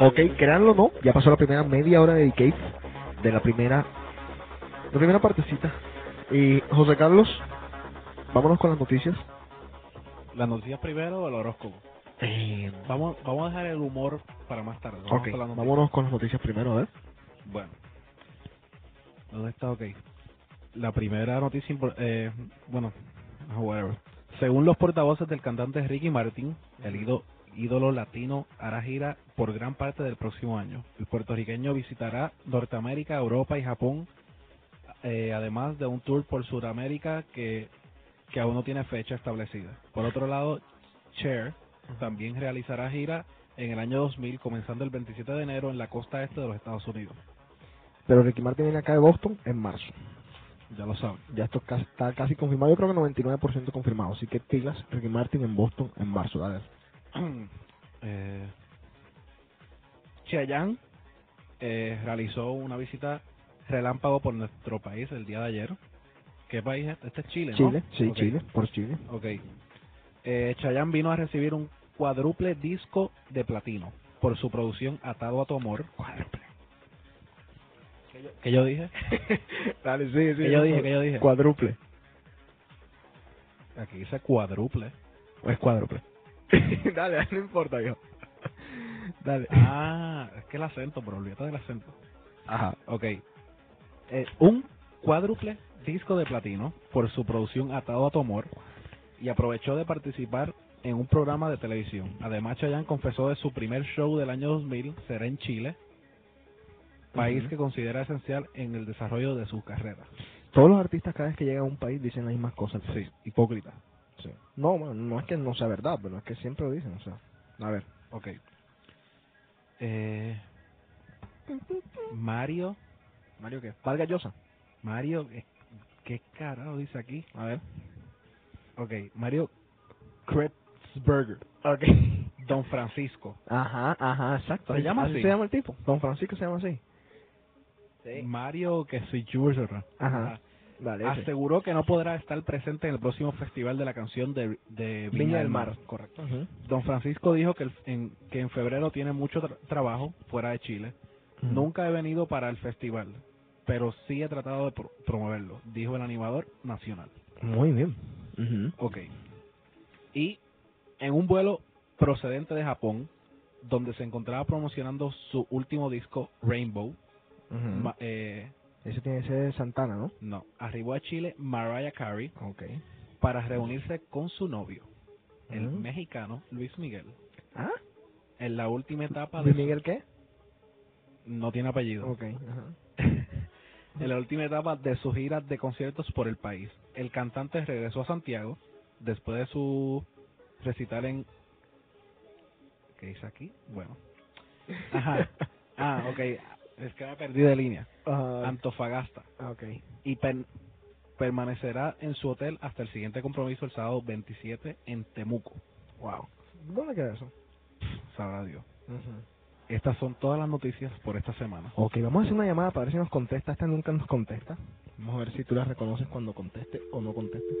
[SPEAKER 6] Ok, créanlo o no, ya pasó la primera media hora de Decay, de la primera, la primera partecita. Y José Carlos, vámonos con las noticias.
[SPEAKER 7] ¿Las noticias primero o el horóscopo?
[SPEAKER 6] Eh,
[SPEAKER 7] Vamos, vamos a dejar el humor para más tarde. Vamos
[SPEAKER 6] ok,
[SPEAKER 7] con las noticias.
[SPEAKER 6] vámonos con las noticias primero, a ver.
[SPEAKER 7] Bueno. ¿Dónde está? Ok. La primera noticia impor- eh, bueno, ah, whatever. Según los portavoces del cantante Ricky Martin, el ído- ídolo latino hará gira por gran parte del próximo año. El puertorriqueño visitará Norteamérica, Europa y Japón, eh, además de un tour por Sudamérica que, que aún no tiene fecha establecida. Por otro lado, Cher también realizará gira en el año 2000, comenzando el 27 de enero en la costa este de los Estados Unidos.
[SPEAKER 6] Pero Ricky Martin viene acá de Boston en marzo.
[SPEAKER 7] Ya lo saben.
[SPEAKER 6] Ya esto ca- está casi confirmado, yo creo que 99% confirmado. Así que pilas, Ricky Martin en Boston en marzo, dale.
[SPEAKER 7] eh, Chayanne eh, realizó una visita relámpago por nuestro país el día de ayer. ¿Qué país es? Este es Chile, ¿no?
[SPEAKER 6] Chile, sí,
[SPEAKER 7] Ok,
[SPEAKER 6] Chile, por Chile.
[SPEAKER 7] Ok. Eh, Chayanne vino a recibir un cuádruple disco de platino por su producción Atado a tu amor. Cuádruple. ¿Qué yo dije?
[SPEAKER 6] dale, sí, sí.
[SPEAKER 7] ¿Qué yo dije? ¿Qué yo dije?
[SPEAKER 6] Cuádruple.
[SPEAKER 7] Aquí dice cuádruple.
[SPEAKER 6] ¿O pues. es cuádruple? dale, no importa yo. Dale.
[SPEAKER 7] Ah, es que el acento, pero olvídate del acento.
[SPEAKER 6] Ajá.
[SPEAKER 7] Ok. Eh, un cuádruple disco de platino por su producción Atado a tu amor y aprovechó de participar en un programa de televisión. Además, Chayanne confesó de su primer show del año 2000 será en Chile, país
[SPEAKER 6] Ujú.
[SPEAKER 7] que considera esencial en el desarrollo de su carrera.
[SPEAKER 6] Todos los artistas cada vez que llegan a un país dicen las mismas cosas. pues.
[SPEAKER 7] Sí, hipócrita.
[SPEAKER 6] Sí. No, bueno, no es que no sea verdad, pero es que siempre lo dicen, o sea. A ver.
[SPEAKER 7] Ok. Eh, Mario,
[SPEAKER 6] Mario, ¿qué? Vargas Llosa.
[SPEAKER 7] Mario, eh, ¿qué carajo dice aquí?
[SPEAKER 6] A ver.
[SPEAKER 7] Ok, Mario Kretzberger,
[SPEAKER 6] Ok.
[SPEAKER 7] Don Francisco.
[SPEAKER 6] Ajá, ajá, exacto.
[SPEAKER 7] ¿Se llama
[SPEAKER 6] Así
[SPEAKER 7] así?
[SPEAKER 6] se llama el tipo? Don Francisco se llama así.
[SPEAKER 7] Mario que soy Jurger
[SPEAKER 6] Ajá. Dale. ese.
[SPEAKER 7] aseguró que no podrá estar presente en el próximo festival de la canción de, de
[SPEAKER 6] Viña del Mar.
[SPEAKER 7] Correcto.
[SPEAKER 6] Ujú.
[SPEAKER 7] Don Francisco dijo que, el- en, que en febrero tiene mucho tra- trabajo fuera de Chile.
[SPEAKER 6] Ujú.
[SPEAKER 7] Nunca he venido para el festival, pero sí he tratado de pro- promoverlo, dijo el animador nacional.
[SPEAKER 6] Muy bien. Ujú.
[SPEAKER 7] Ok. Y en un vuelo procedente de Japón, donde se encontraba promocionando su último disco, Rainbow,
[SPEAKER 6] Ujú.
[SPEAKER 7] ma- eh,
[SPEAKER 6] Ese tiene que ser de Santana, ¿no?
[SPEAKER 7] no, arribó a Chile Mariah Carey
[SPEAKER 6] Ok.
[SPEAKER 7] para reunirse con su novio, el
[SPEAKER 6] Ujú.
[SPEAKER 7] mexicano Luis Miguel,
[SPEAKER 6] ¿Ah?
[SPEAKER 7] en la última etapa de
[SPEAKER 6] ¿Luis
[SPEAKER 7] su-
[SPEAKER 6] Miguel qué?
[SPEAKER 7] no tiene apellido.
[SPEAKER 6] Ok. Ajá.
[SPEAKER 7] en la última etapa de sus giras de conciertos por el país. El cantante regresó a Santiago después de su recital en... ¿Qué dice aquí? Bueno. Ajá. Ah, ok. Es que me perdí de línea.
[SPEAKER 6] Ah,
[SPEAKER 7] Antofagasta.
[SPEAKER 6] ok.
[SPEAKER 7] Y per- permanecerá en su hotel hasta el siguiente compromiso el sábado 27 en Temuco.
[SPEAKER 6] Wow. ¿Dónde queda eso?
[SPEAKER 7] Sabrá Dios. Estas son todas las noticias por esta semana.
[SPEAKER 6] Ok, vamos a hacer una llamada para ver si nos contesta. Esta nunca nos contesta. Vamos a ver si tú la reconoces cuando conteste o no conteste.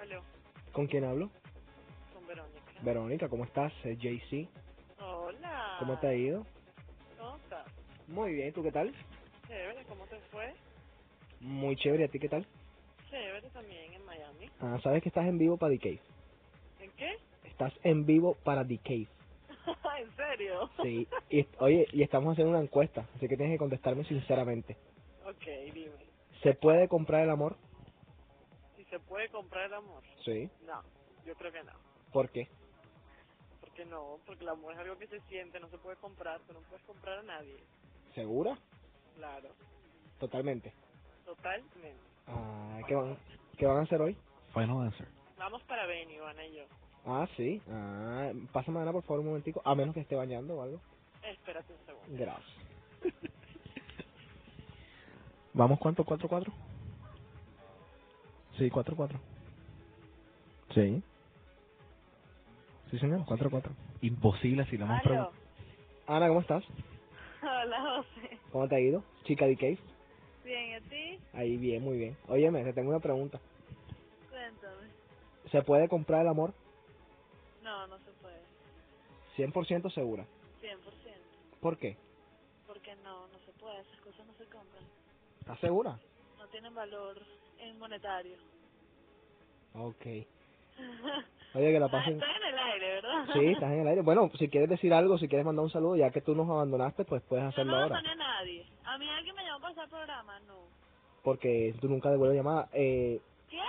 [SPEAKER 9] Aló,
[SPEAKER 6] ¿Con quién hablo?
[SPEAKER 9] con Verónica.
[SPEAKER 6] Verónica, ¿cómo estás? Eh, JC,
[SPEAKER 9] Hola.
[SPEAKER 6] ¿cómo te ha ido?
[SPEAKER 9] ¿Cómo estás?
[SPEAKER 6] Muy bien, ¿tú qué tal?
[SPEAKER 9] Chévere, ¿cómo te fue?
[SPEAKER 6] Muy chévere, ¿a ti qué tal?
[SPEAKER 9] Chévere también en Miami.
[SPEAKER 6] Ah, sabes que estás en vivo para Decay.
[SPEAKER 9] ¿En qué?
[SPEAKER 6] Estás en vivo para Decay.
[SPEAKER 9] ¿En serio?
[SPEAKER 6] Sí. Y, oye, y estamos haciendo una encuesta, así que tienes que contestarme sinceramente.
[SPEAKER 9] ok, dime.
[SPEAKER 6] ¿Se puede comprar el amor?
[SPEAKER 9] ¿Si se puede comprar el amor?
[SPEAKER 6] Sí.
[SPEAKER 9] No, yo creo que no.
[SPEAKER 6] ¿Por qué?
[SPEAKER 9] ¿Por qué no? Porque el amor es algo que se siente, no se puede comprar, tú no puedes comprar a nadie.
[SPEAKER 6] ¿Segura?
[SPEAKER 9] Claro,
[SPEAKER 6] Totalmente.
[SPEAKER 9] totalmente.
[SPEAKER 6] Ah, ¿qué van, qué van a hacer hoy?
[SPEAKER 7] Final answer.
[SPEAKER 9] Vamos para Beni, Ivana y yo.
[SPEAKER 6] Ah, sí. Ah, pásame Ana, por favor, un momentico. A menos que esté bañando o algo.
[SPEAKER 9] Espérate un segundo.
[SPEAKER 6] Gracias. ¿Vamos cuánto? ¿Cuatro, cuatro? Sí, cuatro, cuatro. Sí. Sí, señor, cuatro, cuatro.
[SPEAKER 7] Imposible si le hemos
[SPEAKER 9] Aló.
[SPEAKER 7] preguntado.
[SPEAKER 6] Ana, ¿cómo estás?
[SPEAKER 9] Hola, José.
[SPEAKER 6] ¿Cómo te ha ido? Chica de Cave.
[SPEAKER 9] Bien, ¿y a ti?
[SPEAKER 6] Ahí bien, muy bien. Óyeme, te tengo una pregunta.
[SPEAKER 9] Cuéntame.
[SPEAKER 6] ¿Se puede comprar el amor?
[SPEAKER 9] No, no se puede.
[SPEAKER 6] 100% segura.
[SPEAKER 9] 100%.
[SPEAKER 6] ¿Por qué?
[SPEAKER 9] Porque no, no se puede. Esas cosas no se compran.
[SPEAKER 6] ¿Estás segura?
[SPEAKER 9] No tienen valor en monetario.
[SPEAKER 6] Ok. Oye, que la pasen.
[SPEAKER 9] Está Ah, en el aire, ¿verdad?
[SPEAKER 6] Sí, estás en el aire. Bueno, si quieres decir algo, si quieres mandar un saludo, ya que tú nos abandonaste, pues puedes
[SPEAKER 9] Yo
[SPEAKER 6] hacerlo
[SPEAKER 9] no
[SPEAKER 6] ahora.
[SPEAKER 9] abandoné a nadie. A mí alguien me llamó para hacer programa, no.
[SPEAKER 6] Porque tú nunca devuelves llamada. Eh,
[SPEAKER 9] ¿Qué?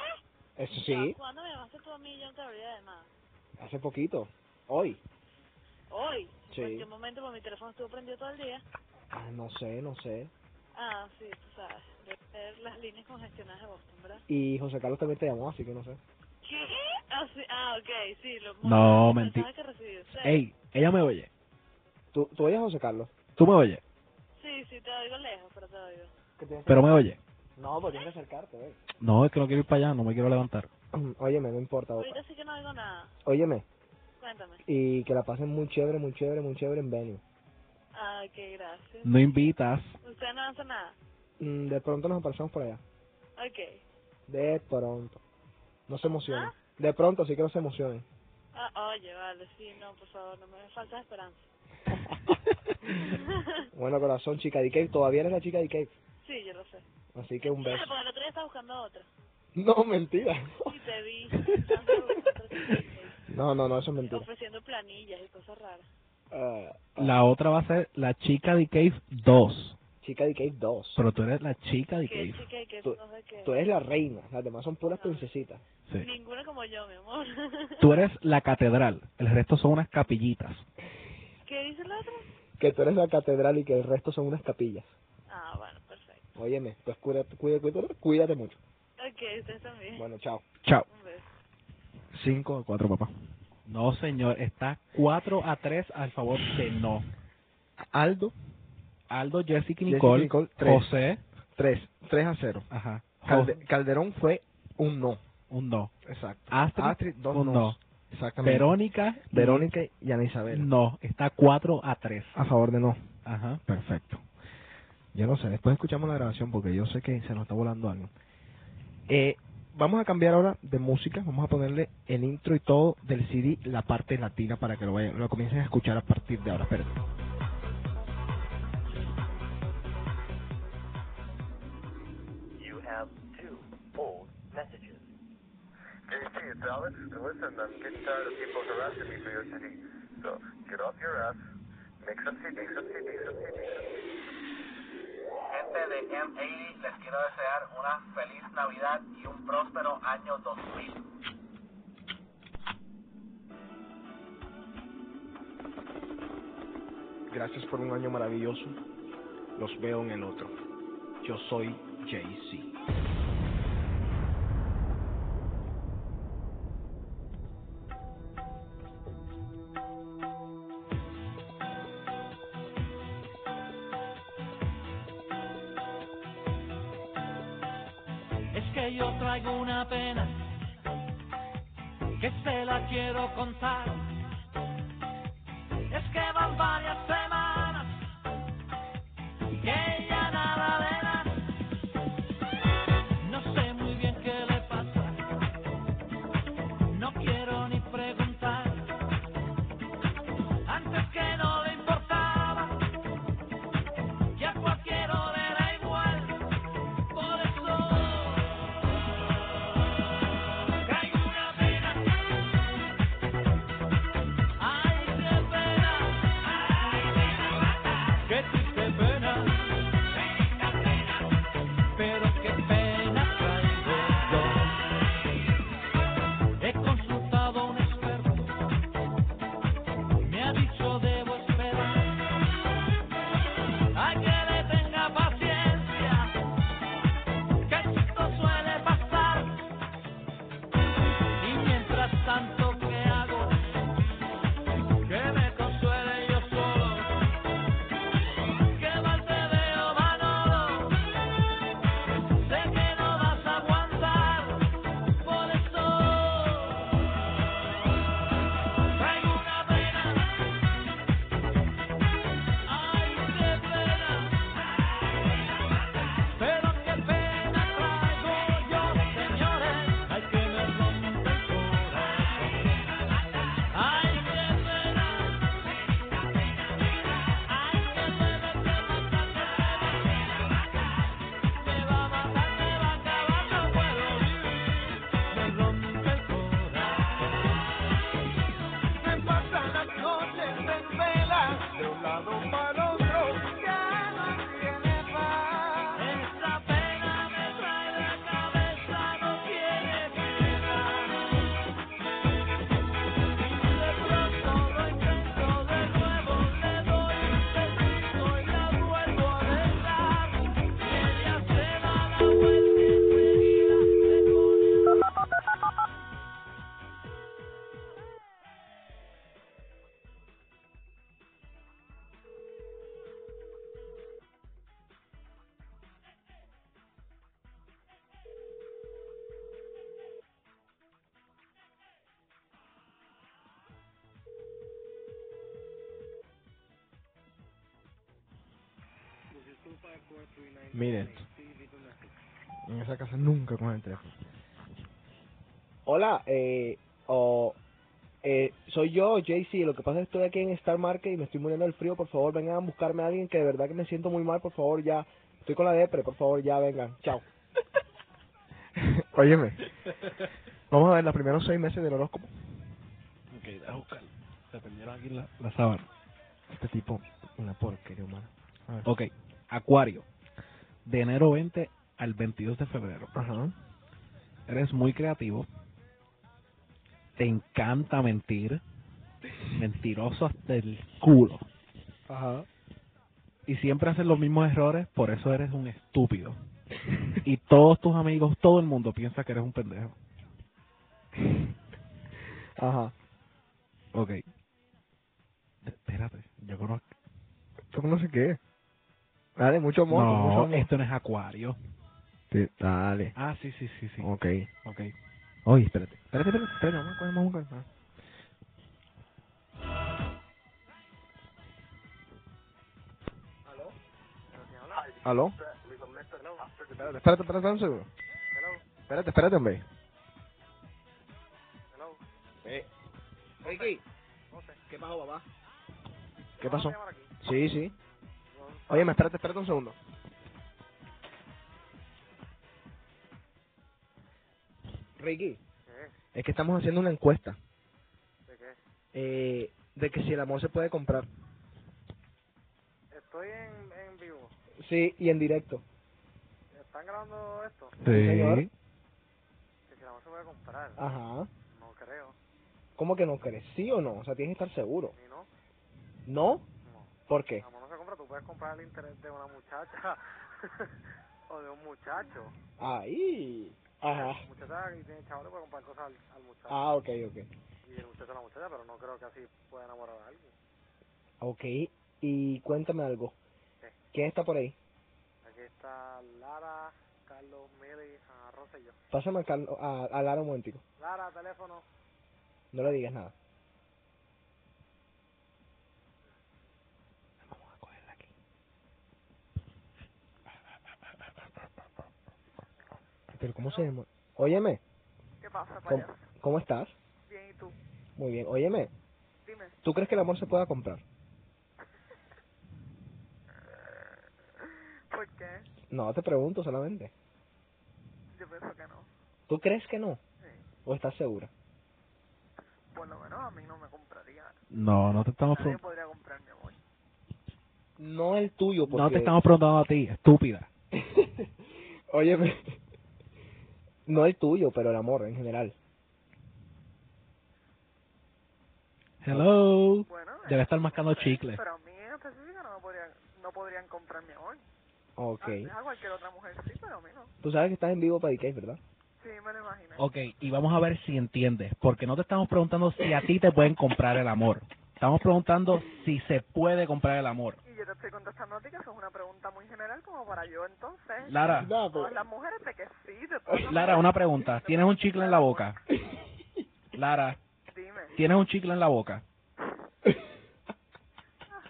[SPEAKER 6] eso
[SPEAKER 9] Ya,
[SPEAKER 6] sí,
[SPEAKER 9] ¿Cuándo me llamaste tú a mí? Yo no te habría llamado.
[SPEAKER 6] hace poquito. Hoy.
[SPEAKER 9] Hoy.
[SPEAKER 6] Sí.
[SPEAKER 9] En cualquier momento, porque mi teléfono estuvo prendido todo el día.
[SPEAKER 6] Ah, no sé, no sé.
[SPEAKER 9] Ah, sí, tú sabes. Debe ser las líneas congestionadas de Boston, ¿verdad?
[SPEAKER 6] Y José Carlos también te llamó, así que no sé.
[SPEAKER 9] ¿Qué? Ah, sí, ah ok, sí. Lo,
[SPEAKER 7] No,
[SPEAKER 9] los
[SPEAKER 7] mentí.
[SPEAKER 9] mensajes que recibí, sí.
[SPEAKER 7] Ey, ella me oye.
[SPEAKER 6] ¿Tú, tú oyes a José Carlos?
[SPEAKER 7] Tú me oyes.
[SPEAKER 9] Sí, sí, te oigo lejos, pero te oigo.
[SPEAKER 7] Pero me oye.
[SPEAKER 6] No, pues tienes que acercarte, ve.
[SPEAKER 7] No, es que no quiero ir para allá, no me quiero levantar.
[SPEAKER 6] Óyeme, no importa.
[SPEAKER 9] Ahorita sí que no oigo nada.
[SPEAKER 6] Óyeme,
[SPEAKER 9] Cuéntame.
[SPEAKER 6] y que la pasen muy chévere, muy chévere, muy chévere en venue.
[SPEAKER 9] Ah, ok, gracias.
[SPEAKER 7] No invitas.
[SPEAKER 9] Usted no hace nada.
[SPEAKER 6] Mm, de pronto nos aparecemos por allá.
[SPEAKER 9] Ok.
[SPEAKER 6] De pronto. No se emocionen.
[SPEAKER 9] ¿Ah?
[SPEAKER 6] De pronto, sí que no se emocionen.
[SPEAKER 9] Ah, oye, vale, sí, no, por favor, no me falta esperanza.
[SPEAKER 6] bueno, corazón, chica de Cave. Todavía eres la chica de Cave.
[SPEAKER 9] sí, yo lo sé.
[SPEAKER 6] Así que un
[SPEAKER 9] Bueno,
[SPEAKER 6] beso. Oh.
[SPEAKER 9] porque el otro día estaba buscando otra.
[SPEAKER 6] No, mentira.
[SPEAKER 9] Y te vi. estando buscando otra,
[SPEAKER 6] No, no, no, eso es mentira.
[SPEAKER 9] Ofreciendo planillas y cosas raras.
[SPEAKER 6] Ah, ah,
[SPEAKER 7] La otra va a ser la chica de Cave 2.
[SPEAKER 6] chica de Cave 2.
[SPEAKER 7] Pero tú eres la chica de
[SPEAKER 9] Que
[SPEAKER 7] Cave.
[SPEAKER 9] sí, que, que
[SPEAKER 6] Tú-
[SPEAKER 9] no sé qué.
[SPEAKER 6] Tú eres la reina. Las demás son puras princesitas.
[SPEAKER 7] Sí.
[SPEAKER 9] Ninguna como yo, mi amor.
[SPEAKER 7] Tú eres la catedral. El resto son unas capillitas.
[SPEAKER 9] ¿Qué dice el otro?
[SPEAKER 6] Que tú eres la catedral y que el resto son unas capillas.
[SPEAKER 9] Ah, bueno, perfecto.
[SPEAKER 6] Óyeme, pues cuídate, cuídate, cuídate, cuídate mucho.
[SPEAKER 9] Ok, ustedes también.
[SPEAKER 6] Bueno, chao.
[SPEAKER 7] Chao.
[SPEAKER 9] Un beso.
[SPEAKER 7] 5 a 4, papá. No, señor. Está 4 a 3 al favor de no.
[SPEAKER 11] Aldo,
[SPEAKER 7] Aldo, Jessica y
[SPEAKER 11] Jessica y
[SPEAKER 7] Nicole,
[SPEAKER 11] Nicole, tres.
[SPEAKER 7] José.
[SPEAKER 11] 3. 3 a 0.
[SPEAKER 7] Ajá.
[SPEAKER 11] Calde-
[SPEAKER 7] Jo-
[SPEAKER 11] Calderón fue un no.
[SPEAKER 7] un no.
[SPEAKER 11] Exacto.
[SPEAKER 7] Astrid,
[SPEAKER 11] Astrid, dos
[SPEAKER 7] un
[SPEAKER 11] nos.
[SPEAKER 7] no.
[SPEAKER 11] Exactamente.
[SPEAKER 7] Verónica. y-
[SPEAKER 11] Verónica y Ana Isabel. Ah.
[SPEAKER 7] No. Está 4 a 3.
[SPEAKER 11] A favor de no.
[SPEAKER 7] Ajá.
[SPEAKER 11] Perfecto. Yo no sé, después escuchamos la grabación porque yo sé que se nos está volando algo. Eh, vamos a cambiar ahora de música, vamos a ponerle el intro y todo del CD, la parte latina, para que lo, vayan, lo comiencen a escuchar a partir de ahora. Espérate.
[SPEAKER 12] You have two old messages. JP, it's Alex. And listen, I'm getting tired of people harassing me for your city. So get off your ass, make some CD, some CD, some CD, some CD. Gente de M80, les quiero desear una feliz Navidad y un próspero año 2000.
[SPEAKER 11] Gracias por un año maravilloso. Los veo en el otro. Yo soy Jay-Z.
[SPEAKER 3] Es que yo traigo una pena que se la quiero contar. Es que van varias semanas que ella nada de nada. No sé muy bien qué le pasa. No quiero ni preguntar. Antes que no le importaba. Ya cualquier hora era igual. Por eso Hay una pena, ay qué pena, ay qué Mire esto. En esa casa nunca con el teléfono.
[SPEAKER 6] Hola, eh, o- eh, soy yo, JC. Lo que pasa es que estoy aquí en Star Market y me estoy muriendo del frío. Por favor, vengan a buscarme a alguien que de verdad que me siento muy mal. Por favor, ya. Estoy con la depre. Por favor, ya vengan. Chao.
[SPEAKER 3] Óyeme. Vamos a ver los primeros seis meses del horóscopo.
[SPEAKER 7] Ok, déjame buscar. Se perdieron aquí la, la sábana.
[SPEAKER 3] Este tipo, una porquería humana. A ver.
[SPEAKER 7] Ok, Acuario. De enero 20 al 22 de febrero.
[SPEAKER 3] Ajá.
[SPEAKER 7] Eres muy creativo. Te encanta mentir. Mentiroso hasta el culo.
[SPEAKER 3] Ajá.
[SPEAKER 7] Y siempre haces los mismos errores, por eso eres un estúpido. Y todos tus amigos, todo el mundo piensa que eres un pendejo.
[SPEAKER 3] Ajá.
[SPEAKER 7] Ok. Espérate, yo conozco.
[SPEAKER 3] ¿Tú conoces qué? Dale, mucho amor.
[SPEAKER 7] no,
[SPEAKER 3] mucho amor.
[SPEAKER 7] esto no es Acuario.
[SPEAKER 3] Sí, dale.
[SPEAKER 7] Ah, sí, sí, sí, sí.
[SPEAKER 3] Ok.
[SPEAKER 7] Ok.
[SPEAKER 3] Oye, espérate. Espérate, espérate, espérate. Vamos a coger, vamos a coger. Ah. ¿Aló? Ah, Espérate, espérate, espérate un segundo. Espérate, espérate, hombre.
[SPEAKER 6] Eh, Ricky. ¿Qué pasó, papá?
[SPEAKER 3] ¿Qué pasó? Sí, sí. Oye, espérate, espérate un segundo.
[SPEAKER 6] Ricky.
[SPEAKER 3] Es que estamos haciendo una encuesta
[SPEAKER 13] ¿De qué?
[SPEAKER 3] eh, de que si el amor se puede comprar.
[SPEAKER 13] Estoy en, en vivo.
[SPEAKER 6] Sí, y en directo.
[SPEAKER 13] ¿Están grabando esto?
[SPEAKER 3] Sí.
[SPEAKER 13] Que si la voz se puede comprar.
[SPEAKER 6] Ajá.
[SPEAKER 13] No creo.
[SPEAKER 6] ¿Cómo que no crees? ¿Sí o no? O sea, tienes que estar seguro.
[SPEAKER 13] ¿Y no?
[SPEAKER 6] ¿No? ¿Por qué?
[SPEAKER 13] La amor no se compra. Tú puedes comprar el interés de una muchacha o de un muchacho.
[SPEAKER 6] Ahí. Ajá.
[SPEAKER 13] La muchacha que tiene chavales puede comprar cosas al, al muchacho.
[SPEAKER 6] Ah, ok, ok.
[SPEAKER 13] Y el muchacho a la muchacha, pero no creo que así pueda enamorar a alguien.
[SPEAKER 6] Ok, y cuéntame algo. ¿Quién está por ahí?
[SPEAKER 13] Aquí está Lara, Carlos, Meli, Ana Rosa y yo.
[SPEAKER 6] Pásame a, Carlo- a, a Lara un momentico.
[SPEAKER 13] Lara, teléfono.
[SPEAKER 6] No le digas nada. Pero ¿cómo se llama? Óyeme.
[SPEAKER 13] ¿Qué pasa,
[SPEAKER 6] ¿Cómo,
[SPEAKER 13] payaso?
[SPEAKER 6] cómo estás?
[SPEAKER 13] Bien, ¿y tú?
[SPEAKER 6] Muy bien. Óyeme,
[SPEAKER 13] Dime.
[SPEAKER 6] ¿tú crees que el amor se pueda comprar?
[SPEAKER 13] ¿Por qué?
[SPEAKER 6] No, te pregunto solamente.
[SPEAKER 13] Yo pienso que no.
[SPEAKER 6] ¿Tú crees que no?
[SPEAKER 13] Sí.
[SPEAKER 6] ¿O estás segura?
[SPEAKER 13] Por lo menos a mí no me compraría.
[SPEAKER 7] No, no te estamos
[SPEAKER 13] Nadie
[SPEAKER 7] preguntando.
[SPEAKER 13] podría comprarme amor.
[SPEAKER 6] No el tuyo, porque...
[SPEAKER 7] No te estamos preguntando a ti, estúpida.
[SPEAKER 6] Óyeme. No el tuyo, pero el amor en general.
[SPEAKER 7] Hello.
[SPEAKER 13] Bueno, este,
[SPEAKER 7] ya le están mascando chicle.
[SPEAKER 13] Pero a mí en específico no, me podrían, no podrían comprarme amor.
[SPEAKER 6] Ok.
[SPEAKER 13] A, a Ah, cualquier otra mujer sí, pero a mí no.
[SPEAKER 6] Tú sabes que estás en vivo para DK, ¿verdad?
[SPEAKER 13] Sí, me lo imagino.
[SPEAKER 7] Ok, y vamos a ver si entiendes, porque no te estamos preguntando si a ti te pueden comprar el amor. Estamos preguntando si se puede comprar el amor.
[SPEAKER 13] Y yo te estoy contestando a ti que eso es una pregunta muy general como para yo entonces.
[SPEAKER 7] Lara.
[SPEAKER 13] De Todas las mujeres de que sí, de todas las
[SPEAKER 7] Lara,
[SPEAKER 13] mujeres.
[SPEAKER 7] una pregunta. ¿Tienes un chicle en la boca? Lara,
[SPEAKER 13] Dime.
[SPEAKER 7] ¿tienes un chicle en la boca?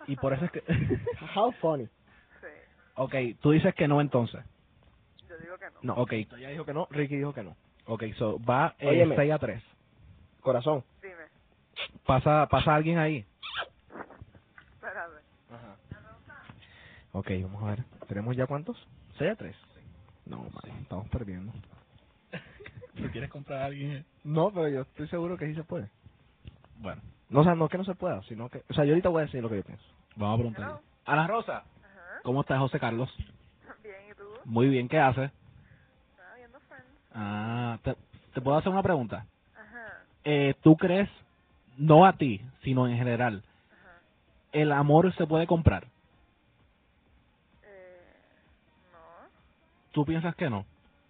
[SPEAKER 7] Y por eso es que...
[SPEAKER 6] How funny.
[SPEAKER 13] Sí,
[SPEAKER 7] Ok, tú dices que no entonces.
[SPEAKER 13] yo digo que no.
[SPEAKER 7] No. Ok,
[SPEAKER 3] Ella dijo que no, Ricky dijo que no.
[SPEAKER 7] ok, so va eh,
[SPEAKER 6] Óyeme.
[SPEAKER 7] 6 a 3.
[SPEAKER 6] Corazón.
[SPEAKER 13] Dime,
[SPEAKER 7] Pasa, pasa alguien ahí.
[SPEAKER 13] espérate.
[SPEAKER 3] Ajá.
[SPEAKER 7] Ok, vamos a ver.
[SPEAKER 3] ¿Tenemos ya cuántos?
[SPEAKER 7] 6 a 3.
[SPEAKER 3] No, man, estamos perdiendo.
[SPEAKER 7] ¿Tú quieres comprar a alguien?
[SPEAKER 3] No, pero yo estoy seguro que sí se puede.
[SPEAKER 7] Bueno,
[SPEAKER 3] No, o sea, no que no se pueda, sino que... O sea, yo ahorita voy a decir lo que yo pienso.
[SPEAKER 7] vamos a preguntarle. A la Rosa.
[SPEAKER 13] Ajá.
[SPEAKER 7] ¿Cómo estás, José Carlos?
[SPEAKER 13] Bien, ¿y tú?
[SPEAKER 7] Muy bien, ¿qué haces?
[SPEAKER 13] Estaba viendo Friends.
[SPEAKER 7] Ah, te, te puedo hacer una pregunta.
[SPEAKER 13] Ajá,
[SPEAKER 7] Eh, ¿Tú crees, no a ti, sino en general,
[SPEAKER 13] ajá.
[SPEAKER 7] el amor se puede comprar?
[SPEAKER 13] Eh, no.
[SPEAKER 7] ¿Tú piensas que no?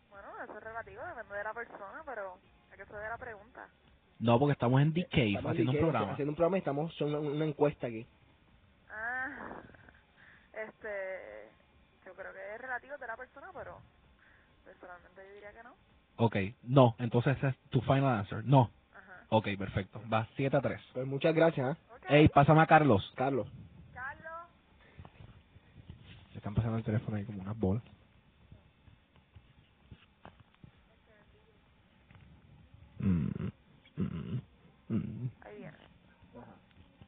[SPEAKER 13] Bueno, eso es relativo, depende de la persona, pero hay que saber la pregunta.
[SPEAKER 7] No, porque estamos en Decay
[SPEAKER 6] Estamos
[SPEAKER 7] haciendo
[SPEAKER 6] DK,
[SPEAKER 7] un programa.
[SPEAKER 6] Haciendo un programa y estamos haciendo una, una encuesta aquí.
[SPEAKER 13] Ah, este, yo creo que es relativo de la persona, pero personalmente yo diría que no.
[SPEAKER 7] Ok, no, entonces ese es tu final answer. No.
[SPEAKER 13] Ajá.
[SPEAKER 7] Ok, perfecto. Va 7 a 3.
[SPEAKER 6] Pues muchas gracias, ¿eh?
[SPEAKER 13] Ok,
[SPEAKER 7] Ey, pásame a Carlos.
[SPEAKER 6] Carlos.
[SPEAKER 13] Carlos,
[SPEAKER 6] están pasando el teléfono ahí como unas bolas.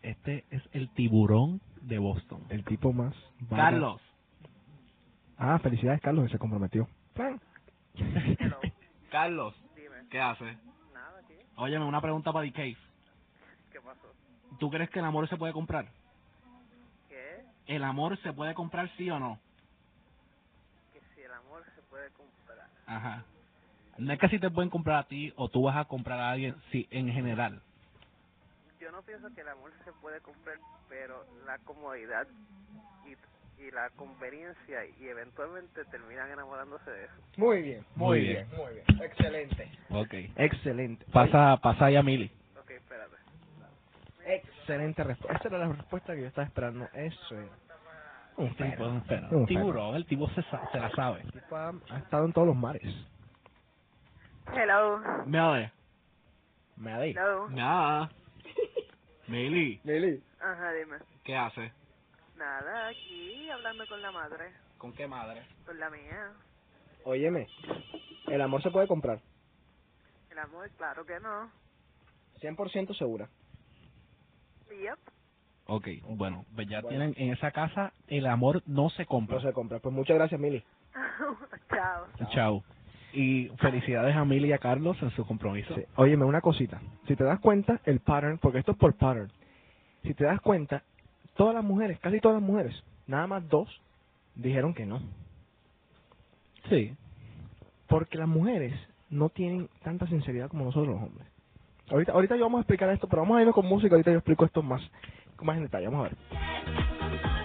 [SPEAKER 7] Este es el tiburón de Boston.
[SPEAKER 6] El tipo más. vago.
[SPEAKER 7] Carlos.
[SPEAKER 6] Ah, felicidades, Carlos, que se comprometió.
[SPEAKER 7] Carlos. ¿Qué haces?
[SPEAKER 9] Nada, ¿qué?
[SPEAKER 7] Óyeme, una pregunta para D-Cave.
[SPEAKER 9] ¿Qué pasó?
[SPEAKER 7] ¿Tú crees que el amor se puede comprar?
[SPEAKER 9] ¿Qué?
[SPEAKER 7] ¿El amor se puede comprar sí o no?
[SPEAKER 9] Que si el amor se puede comprar.
[SPEAKER 7] Ajá. No es que si te pueden comprar a ti o tú vas a comprar a alguien, sí, en general.
[SPEAKER 9] Yo no pienso que el amor se puede comprar, pero la comodidad y, y la conveniencia y eventualmente terminan enamorándose de eso.
[SPEAKER 8] Muy bien,
[SPEAKER 7] Muy bien.
[SPEAKER 8] muy bien. Excelente.
[SPEAKER 7] Ok.
[SPEAKER 6] Excelente.
[SPEAKER 7] Pasa, pasa ahí a Mili.
[SPEAKER 9] Ok, espérate.
[SPEAKER 6] Excelente respuesta. Esa era la respuesta que yo estaba esperando. Eso era.
[SPEAKER 7] Un tipo, un perro.
[SPEAKER 6] Un
[SPEAKER 7] Tiburón, el tipo se, sa- se la sabe.
[SPEAKER 6] El tipo ha, ha estado en todos los mares.
[SPEAKER 4] Hello.
[SPEAKER 7] Meli.
[SPEAKER 6] Me ha dicho.
[SPEAKER 4] Hello.
[SPEAKER 7] Nada. Mili,
[SPEAKER 8] Lili,
[SPEAKER 4] Ajá, dime.
[SPEAKER 7] ¿qué hace?
[SPEAKER 4] Nada, aquí hablando con la madre,
[SPEAKER 7] ¿Con qué madre?
[SPEAKER 4] con la mía.
[SPEAKER 8] óyeme, el amor se puede comprar,
[SPEAKER 4] El amor, claro que no.
[SPEAKER 8] 100% segura.
[SPEAKER 4] Yep.
[SPEAKER 7] Ok, bueno, pues ya
[SPEAKER 8] Bueno.
[SPEAKER 7] tienen en esa casa el amor no se compra.
[SPEAKER 8] No se compra. Pues muchas gracias, Mili.
[SPEAKER 4] Chao.
[SPEAKER 7] Chao. Y felicidades a Mili y a Carlos en su compromiso.
[SPEAKER 6] Sí. Óyeme, una cosita. Si te das cuenta, el pattern, porque esto es por pattern. Si te das cuenta, todas las mujeres, casi todas las mujeres, nada más dos, dijeron que no.
[SPEAKER 7] Sí.
[SPEAKER 6] Porque las mujeres no tienen tanta sinceridad como nosotros los hombres. Ahorita, ahorita yo vamos a explicar esto, pero vamos a irnos con música. Ahorita yo explico esto más, más en detalle. Vamos a ver.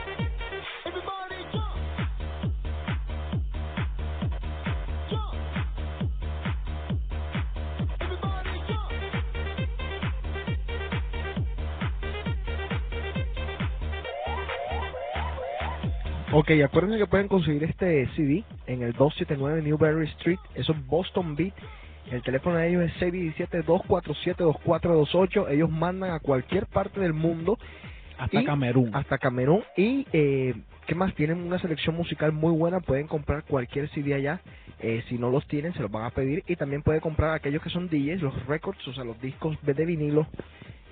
[SPEAKER 14] Everybody jump, jump. Everybody jump.
[SPEAKER 6] Ok, acuérdense que pueden conseguir este CD en el 279 Newberry Street, eso es Boston Beat. El teléfono de ellos es 617-247-2428. Ellos mandan a cualquier parte del mundo,
[SPEAKER 7] Hasta
[SPEAKER 6] Y-
[SPEAKER 7] Camerún.
[SPEAKER 6] hasta Camerún. Y, eh, ¿qué más? Tienen una selección musical muy buena. Pueden comprar cualquier CD allá. Eh, si no los tienen, se los van a pedir. Y también pueden comprar aquellos que son DJs, los records, o sea, los discos de vinilo.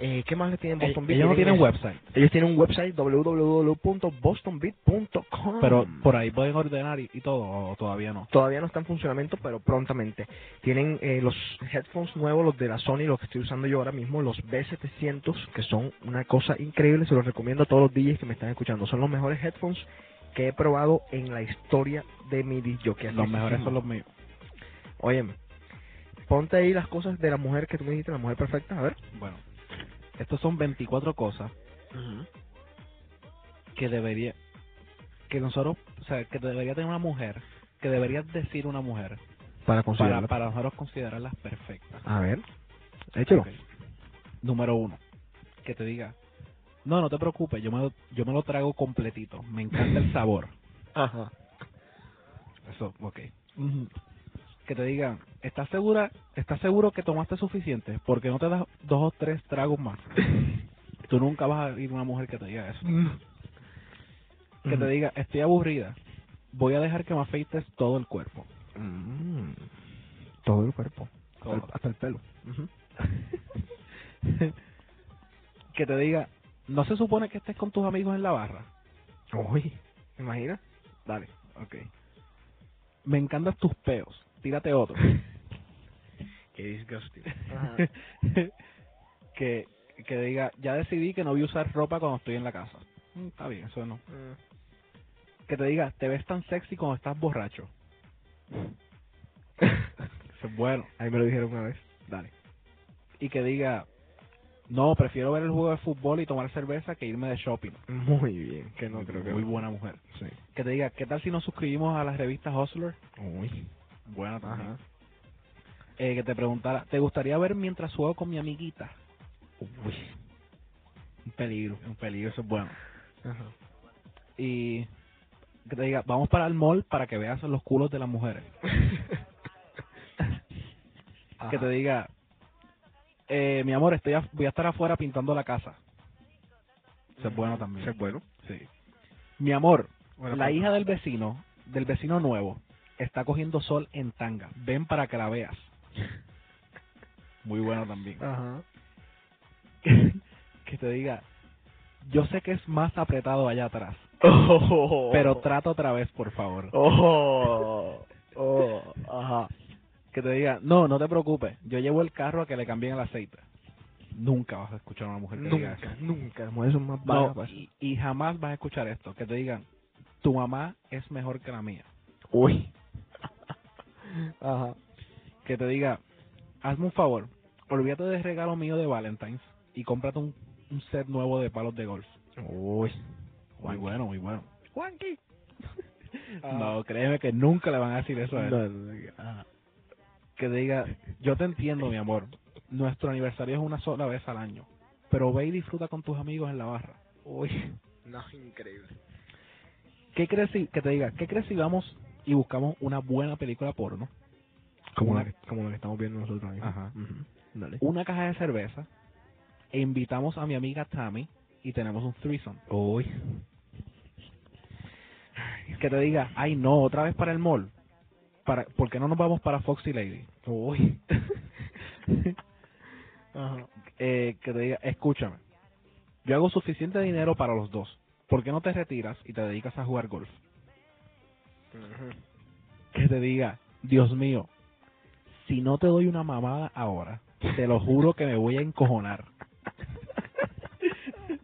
[SPEAKER 6] Eh, ¿Qué más le tienen
[SPEAKER 7] Eh,
[SPEAKER 6] Boston Beat?
[SPEAKER 7] Ellos no tienen
[SPEAKER 6] eso.
[SPEAKER 7] website,
[SPEAKER 6] Ellos tienen un website www.bostonbeat.com.
[SPEAKER 7] pero por ahí pueden ordenar y, y todo, o todavía no.
[SPEAKER 6] todavía no está en funcionamiento, pero prontamente. Tienen eh, los headphones nuevos, los de la Sony, los que estoy usando yo ahora mismo, los B700, que son una cosa increíble. Se los recomiendo a todos los DJs que me están escuchando. Son los mejores headphones que he probado en la historia de mi DJ. Que
[SPEAKER 7] Los mejores son los míos.
[SPEAKER 6] Óyeme, ponte ahí las cosas de la mujer que tú me dijiste, la mujer perfecta. A ver.
[SPEAKER 7] Bueno, estos son 24 cosas que debería que nosotros, o sea, que debería tener una mujer, que debería decir una mujer
[SPEAKER 6] Para
[SPEAKER 7] para,
[SPEAKER 6] considerarla.
[SPEAKER 7] para nosotros considerarlas perfectas.
[SPEAKER 6] A ver. Échalo.
[SPEAKER 7] Ok. Número uno, que te diga, no, no te preocupes, yo me lo, yo me lo trago completito, me encanta el sabor.
[SPEAKER 6] Ajá.
[SPEAKER 7] Eso, ok. Que te digan, ¿estás segura? ¿Estás seguro que tomaste suficiente? Porque no te das dos o tres tragos más. Tú nunca vas a ir a una mujer que te diga eso.
[SPEAKER 6] Mm.
[SPEAKER 7] Que te diga, estoy aburrida. Voy a dejar que me afeites todo el cuerpo.
[SPEAKER 6] Mm. Todo el cuerpo. Hasta el, hasta el pelo.
[SPEAKER 7] que te diga, no se supone que estés con tus amigos en la barra.
[SPEAKER 6] Uy, ¿te imaginas?
[SPEAKER 7] Dale, ok. Me encantan tus peos. Tírate otro.
[SPEAKER 6] Qué disgusting.
[SPEAKER 7] que, que diga, ya decidí que no voy a usar ropa cuando estoy en la casa. Mm, Está bien, eso no.
[SPEAKER 6] Mm.
[SPEAKER 7] Que te diga, te ves tan sexy cuando estás borracho. Eso es bueno.
[SPEAKER 6] Ahí me lo dijeron una vez.
[SPEAKER 7] Dale. Y que diga, no, prefiero ver el juego de fútbol y tomar cerveza que irme de shopping.
[SPEAKER 6] Muy bien, que no
[SPEAKER 7] Muy-
[SPEAKER 6] creo que...
[SPEAKER 7] Muy buena mujer.
[SPEAKER 6] Sí.
[SPEAKER 7] Que te diga, ¿qué tal si nos suscribimos a las revistas Hustler?
[SPEAKER 6] Uy, Ah,
[SPEAKER 7] Buena también.
[SPEAKER 6] ajá.
[SPEAKER 7] Eh, que te preguntara, ¿te gustaría ver mientras juego con mi amiguita?
[SPEAKER 6] Uy,
[SPEAKER 7] Un peligro, un peligro, eso es bueno.
[SPEAKER 6] ajá.
[SPEAKER 7] Y que te diga, vamos para el mall para que veas los culos de las mujeres.
[SPEAKER 6] Ajá.
[SPEAKER 7] Que te diga, eh, mi amor, estoy af- voy a estar afuera pintando la casa. Eso es bueno también.
[SPEAKER 6] Eso es bueno.
[SPEAKER 7] Sí. Mi amor,
[SPEAKER 6] Buena
[SPEAKER 7] la
[SPEAKER 6] pregunta.
[SPEAKER 7] hija del vecino, del vecino nuevo, está cogiendo sol en tanga. Ven para que la veas. Muy bueno también.
[SPEAKER 6] Ajá.
[SPEAKER 7] que te diga, yo sé que es más apretado allá atrás, pero trata otra vez, por favor.
[SPEAKER 6] Oh, oh, ajá.
[SPEAKER 7] Que te diga, no, no te preocupes, yo llevo el carro a que le cambien el aceite. Nunca vas a escuchar a una mujer que diga eso.
[SPEAKER 6] Nunca, nunca. Las mujeres son
[SPEAKER 7] No,
[SPEAKER 6] más vagas para eso.
[SPEAKER 7] y, y jamás vas a escuchar esto, que te digan, tu mamá es mejor que la mía.
[SPEAKER 6] Uy. Ajá.
[SPEAKER 7] que te diga, hazme un favor, olvídate del regalo mío de Valentine's y cómprate un, un set nuevo de palos de golf.
[SPEAKER 6] Uy.
[SPEAKER 7] Muy bueno, muy bueno.
[SPEAKER 6] Juanqui.
[SPEAKER 7] No, créeme que nunca le van a decir eso a él.
[SPEAKER 6] Ah. No, ah. no, no, ajá.
[SPEAKER 7] Que te diga, yo te entiendo, mi amor, nuestro aniversario es una sola vez al año, pero ve y disfruta con tus amigos en la barra.
[SPEAKER 6] Uy. No, increíble.
[SPEAKER 7] ¿Qué crees si, que te diga, qué crees si vamos y buscamos una buena película porno,
[SPEAKER 6] Como
[SPEAKER 7] Una-
[SPEAKER 6] la, que, como la que estamos viendo nosotros ahí.
[SPEAKER 7] Ajá.
[SPEAKER 6] Dale.
[SPEAKER 7] una caja de cerveza, e invitamos a mi amiga Tammy y tenemos un threesome?
[SPEAKER 6] Uy.
[SPEAKER 7] que te diga, ay no, otra vez para el mall. Para, ¿Por qué no nos vamos para Foxy Lady?
[SPEAKER 6] Uy. Ajá.
[SPEAKER 7] Eh, que te diga, escúchame, yo hago suficiente dinero para los dos. ¿Por qué no te retiras y te dedicas a jugar golf? Que te diga, Dios mío, si no te doy una mamada ahora, te lo juro que me voy a encojonar.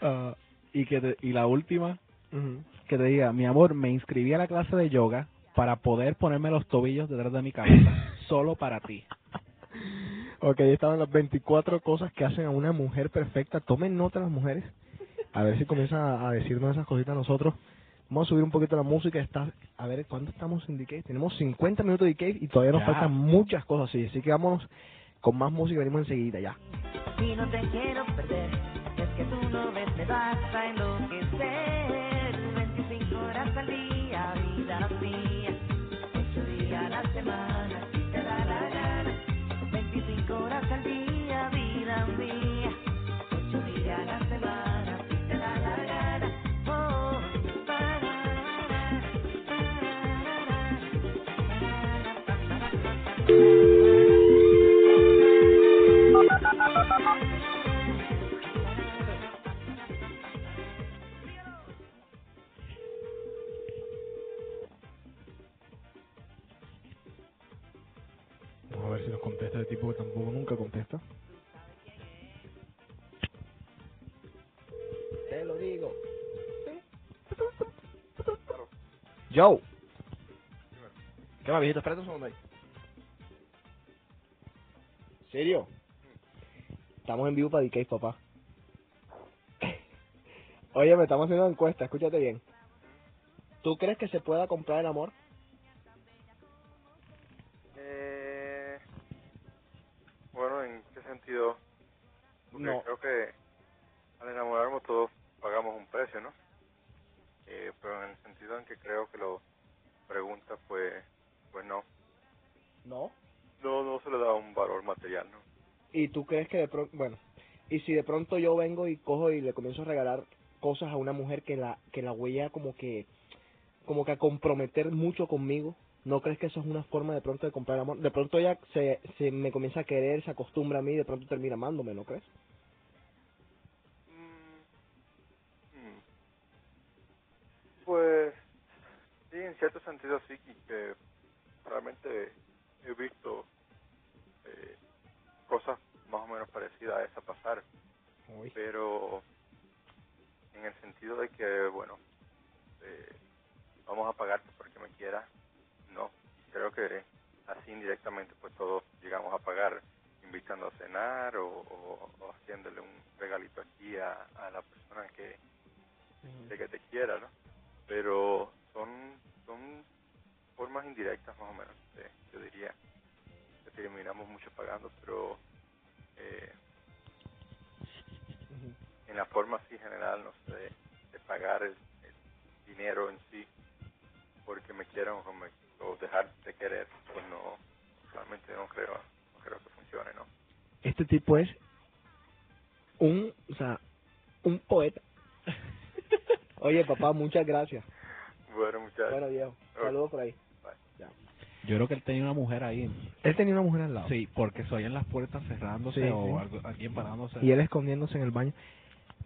[SPEAKER 7] Ah, y, que te- y la última,
[SPEAKER 6] Ujú.
[SPEAKER 7] que te diga, mi amor, me inscribí a la clase de yoga para poder ponerme los tobillos detrás de mi cabeza, solo para ti.
[SPEAKER 6] Ok, ahí estaban las 24 cosas que hacen a una mujer perfecta. Tomen nota las mujeres. A ver si comienzan a, a decirnos esas cositas a nosotros. Vamos a subir un poquito la música. Está, a ver, ¿cuánto estamos sin decay? Tenemos 50 minutos de decay y todavía nos
[SPEAKER 7] Ya.
[SPEAKER 6] faltan muchas cosas. Sí, así que vámonos con más música. Venimos enseguida ya.
[SPEAKER 14] Y no te quiero perder, es que tú no ves, me vas a enloquecer. 25 horas al día, vida mía, 8 días a la semana, si te da la gana. 25 horas al día, vida mía, 8 días a la semana, si te da la gana. Oh, pararara, pararara, pararara.
[SPEAKER 6] Vamos a ver si nos contesta el tipo que tampoco nunca contesta. Te lo digo. Yo. ¿Qué más, viejito? Espérate un segundo ahí. ¿Serio? Estamos en vivo para DK, papá. Oye, me estamos haciendo una encuesta, escúchate bien. ¿Tú crees que se pueda comprar el amor?
[SPEAKER 12] Eh, bueno, ¿en qué sentido? Porque
[SPEAKER 6] No.
[SPEAKER 12] creo que al enamorarnos todos pagamos un precio, ¿no? Eh, pero en el sentido en que creo que lo pregunta, pues, pues no.
[SPEAKER 6] No.
[SPEAKER 12] No, no se le da un valor material, ¿no?
[SPEAKER 6] y tú crees que de pronto, bueno, y si de pronto yo vengo y cojo y le comienzo a regalar cosas a una mujer que la que la huella como que como que a comprometer mucho conmigo,
[SPEAKER 8] ¿No crees que eso es una forma de pronto de comprar amor? De pronto ella se, se me comienza a querer, se acostumbra a mí y de pronto termina amándome, ¿no crees?
[SPEAKER 12] Pues sí, en cierto sentido sí, y que realmente he visto eh, cosas más o menos parecidas a esa pasar, pero en el sentido de que, bueno, eh, vamos a pagarte porque me quieras, no, creo que así indirectamente pues todos llegamos a pagar invitando a cenar o, o- o haciéndole un regalito aquí a, a la persona que, de que te quiera, ¿no? Pero son, son formas indirectas más o menos, eh, yo diría, que terminamos mucho pagando, pero eh, en la forma así general, no sé, de, de pagar el, el dinero en sí, porque me quieran o, me- o dejar de querer, pues no, realmente no creo, no creo que funcione, ¿no?
[SPEAKER 8] Este tipo es un, o sea, un poeta. Oye, papá, muchas gracias.
[SPEAKER 12] Bueno, muchachos.
[SPEAKER 8] Bueno, Diego, saludos por ahí.
[SPEAKER 7] Yo creo que él tenía una mujer ahí.
[SPEAKER 6] Él tenía una mujer al lado.
[SPEAKER 7] Sí, porque se oían las puertas cerrándose
[SPEAKER 6] Sí,
[SPEAKER 7] o
[SPEAKER 6] sí.
[SPEAKER 7] algo- alguien parándose.
[SPEAKER 6] y él escondiéndose en el baño.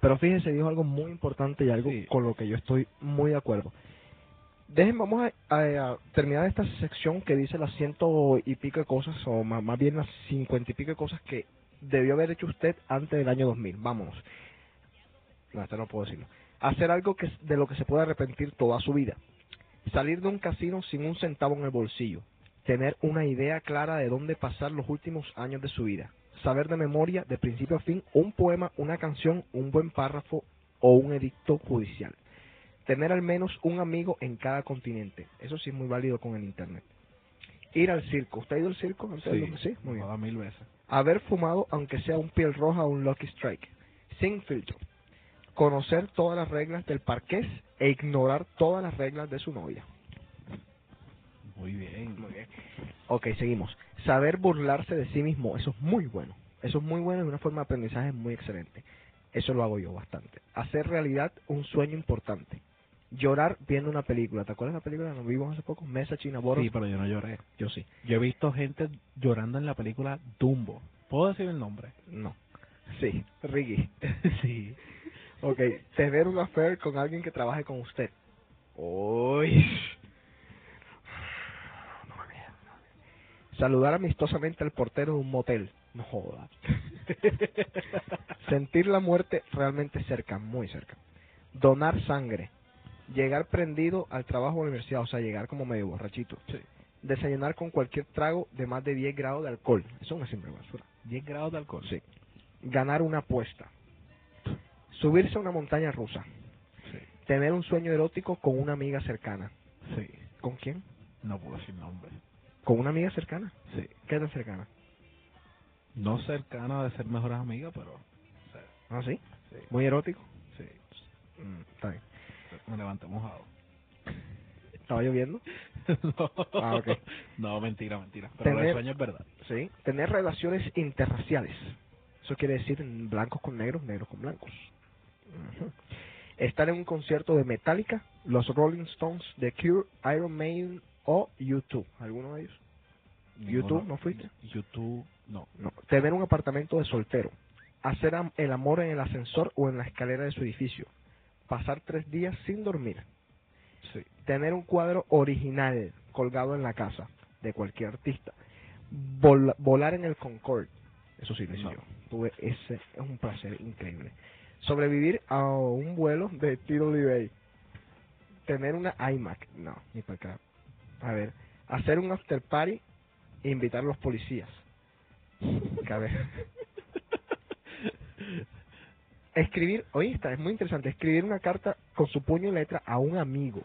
[SPEAKER 6] Pero fíjese, dijo algo muy importante y algo con lo que yo estoy muy de acuerdo. Dejen, vamos a, a- a terminar esta sección que dice las ciento y pico de cosas, o ma- más, bien las cincuenta y pico de cosas que debió haber hecho usted antes del año 2000. Vámonos. No, esto no puedo decirlo. Hacer algo que s- de lo que se pueda arrepentir toda su vida. Salir de un casino sin un centavo en el bolsillo. Tener una idea clara de dónde pasar los últimos años de su vida. Saber de memoria, de principio a fin, un poema, una canción, un buen párrafo o un edicto judicial. Tener al menos un amigo en cada continente. Eso sí es muy válido con el Internet. Ir al circo. ¿Usted ha ido al circo? antes de
[SPEAKER 7] Sí,
[SPEAKER 6] lo que- sí, muy bien.
[SPEAKER 7] todas mil veces.
[SPEAKER 6] Haber fumado, aunque sea un piel roja o un Lucky Strike. Sin filtro. Conocer todas las reglas del parqués e ignorar todas las reglas de su novia.
[SPEAKER 7] Muy bien.
[SPEAKER 6] Muy bien. Ok, seguimos. Saber burlarse de sí mismo, eso es muy bueno. Eso es muy bueno y una forma de aprendizaje muy excelente. Eso lo hago yo bastante. Hacer realidad un sueño importante. Llorar viendo una película. ¿Te acuerdas de la película que nos vimos hace poco? Mesa China Boros.
[SPEAKER 7] Sí, pero yo no lloré.
[SPEAKER 6] Yo sí.
[SPEAKER 7] Yo he visto gente llorando en la película Dumbo. ¿Puedo decir el nombre?
[SPEAKER 6] No. Sí, Ricky.
[SPEAKER 7] sí.
[SPEAKER 6] Ok, tener un affair con alguien que trabaje con usted. Uy. Saludar amistosamente al portero de un motel. No joda. Sentir la muerte realmente cerca, muy cerca. Donar sangre. Llegar prendido al trabajo o la universidad, o sea, llegar como medio borrachito. Desayunar con cualquier trago de más de 10 grados de alcohol. Eso es una sinvergüenza.
[SPEAKER 7] 10 grados de alcohol.
[SPEAKER 6] Sí. Ganar una apuesta. Subirse a una montaña rusa.
[SPEAKER 7] Sí.
[SPEAKER 6] Tener un sueño erótico con una amiga cercana.
[SPEAKER 7] Sí.
[SPEAKER 6] ¿Con quién?
[SPEAKER 7] No puedo decir nombre.
[SPEAKER 6] ¿Con una amiga cercana?
[SPEAKER 7] Sí.
[SPEAKER 6] ¿Qué tan cercana?
[SPEAKER 7] No cercana de ser mejores amigas, pero... o sea,
[SPEAKER 6] ¿Ah, sí?
[SPEAKER 7] sí,
[SPEAKER 6] ¿Muy erótico?
[SPEAKER 7] sí.
[SPEAKER 6] Mm, está bien.
[SPEAKER 7] Me levanté mojado.
[SPEAKER 6] ¿Estaba lloviendo?
[SPEAKER 7] no.
[SPEAKER 6] Ah, ok.
[SPEAKER 7] No, mentira, mentira. Pero lo del
[SPEAKER 6] Tener-
[SPEAKER 7] sueño es verdad.
[SPEAKER 6] Sí. Tener relaciones interraciales. Eso quiere decir mm, blancos con negros, negros con blancos. Ujú. Estar en un concierto de Metallica, los Rolling Stones, The Cure, Iron Maiden o YouTube. ¿Alguno de ellos? ¿YouTube?
[SPEAKER 7] Ninguno-
[SPEAKER 6] ¿No fuiste?
[SPEAKER 7] YouTube, no.
[SPEAKER 6] No. Tener un apartamento de soltero. Hacer am- el amor en el ascensor o en la escalera de su edificio. Pasar tres días sin dormir.
[SPEAKER 7] Sí.
[SPEAKER 6] Tener un cuadro original colgado en la casa de cualquier artista. Vol- volar en el Concorde. Eso sí lo hice
[SPEAKER 7] No.
[SPEAKER 6] yo. Tuve ese, es un placer increíble. Sobrevivir a un vuelo de Tiro Bay. Tener una iMac. No, ni para acá. A ver. Hacer un after party e invitar a los policías. Que a ver. Escribir, oye, esta es muy interesante. Escribir una carta con su puño y letra a un amigo.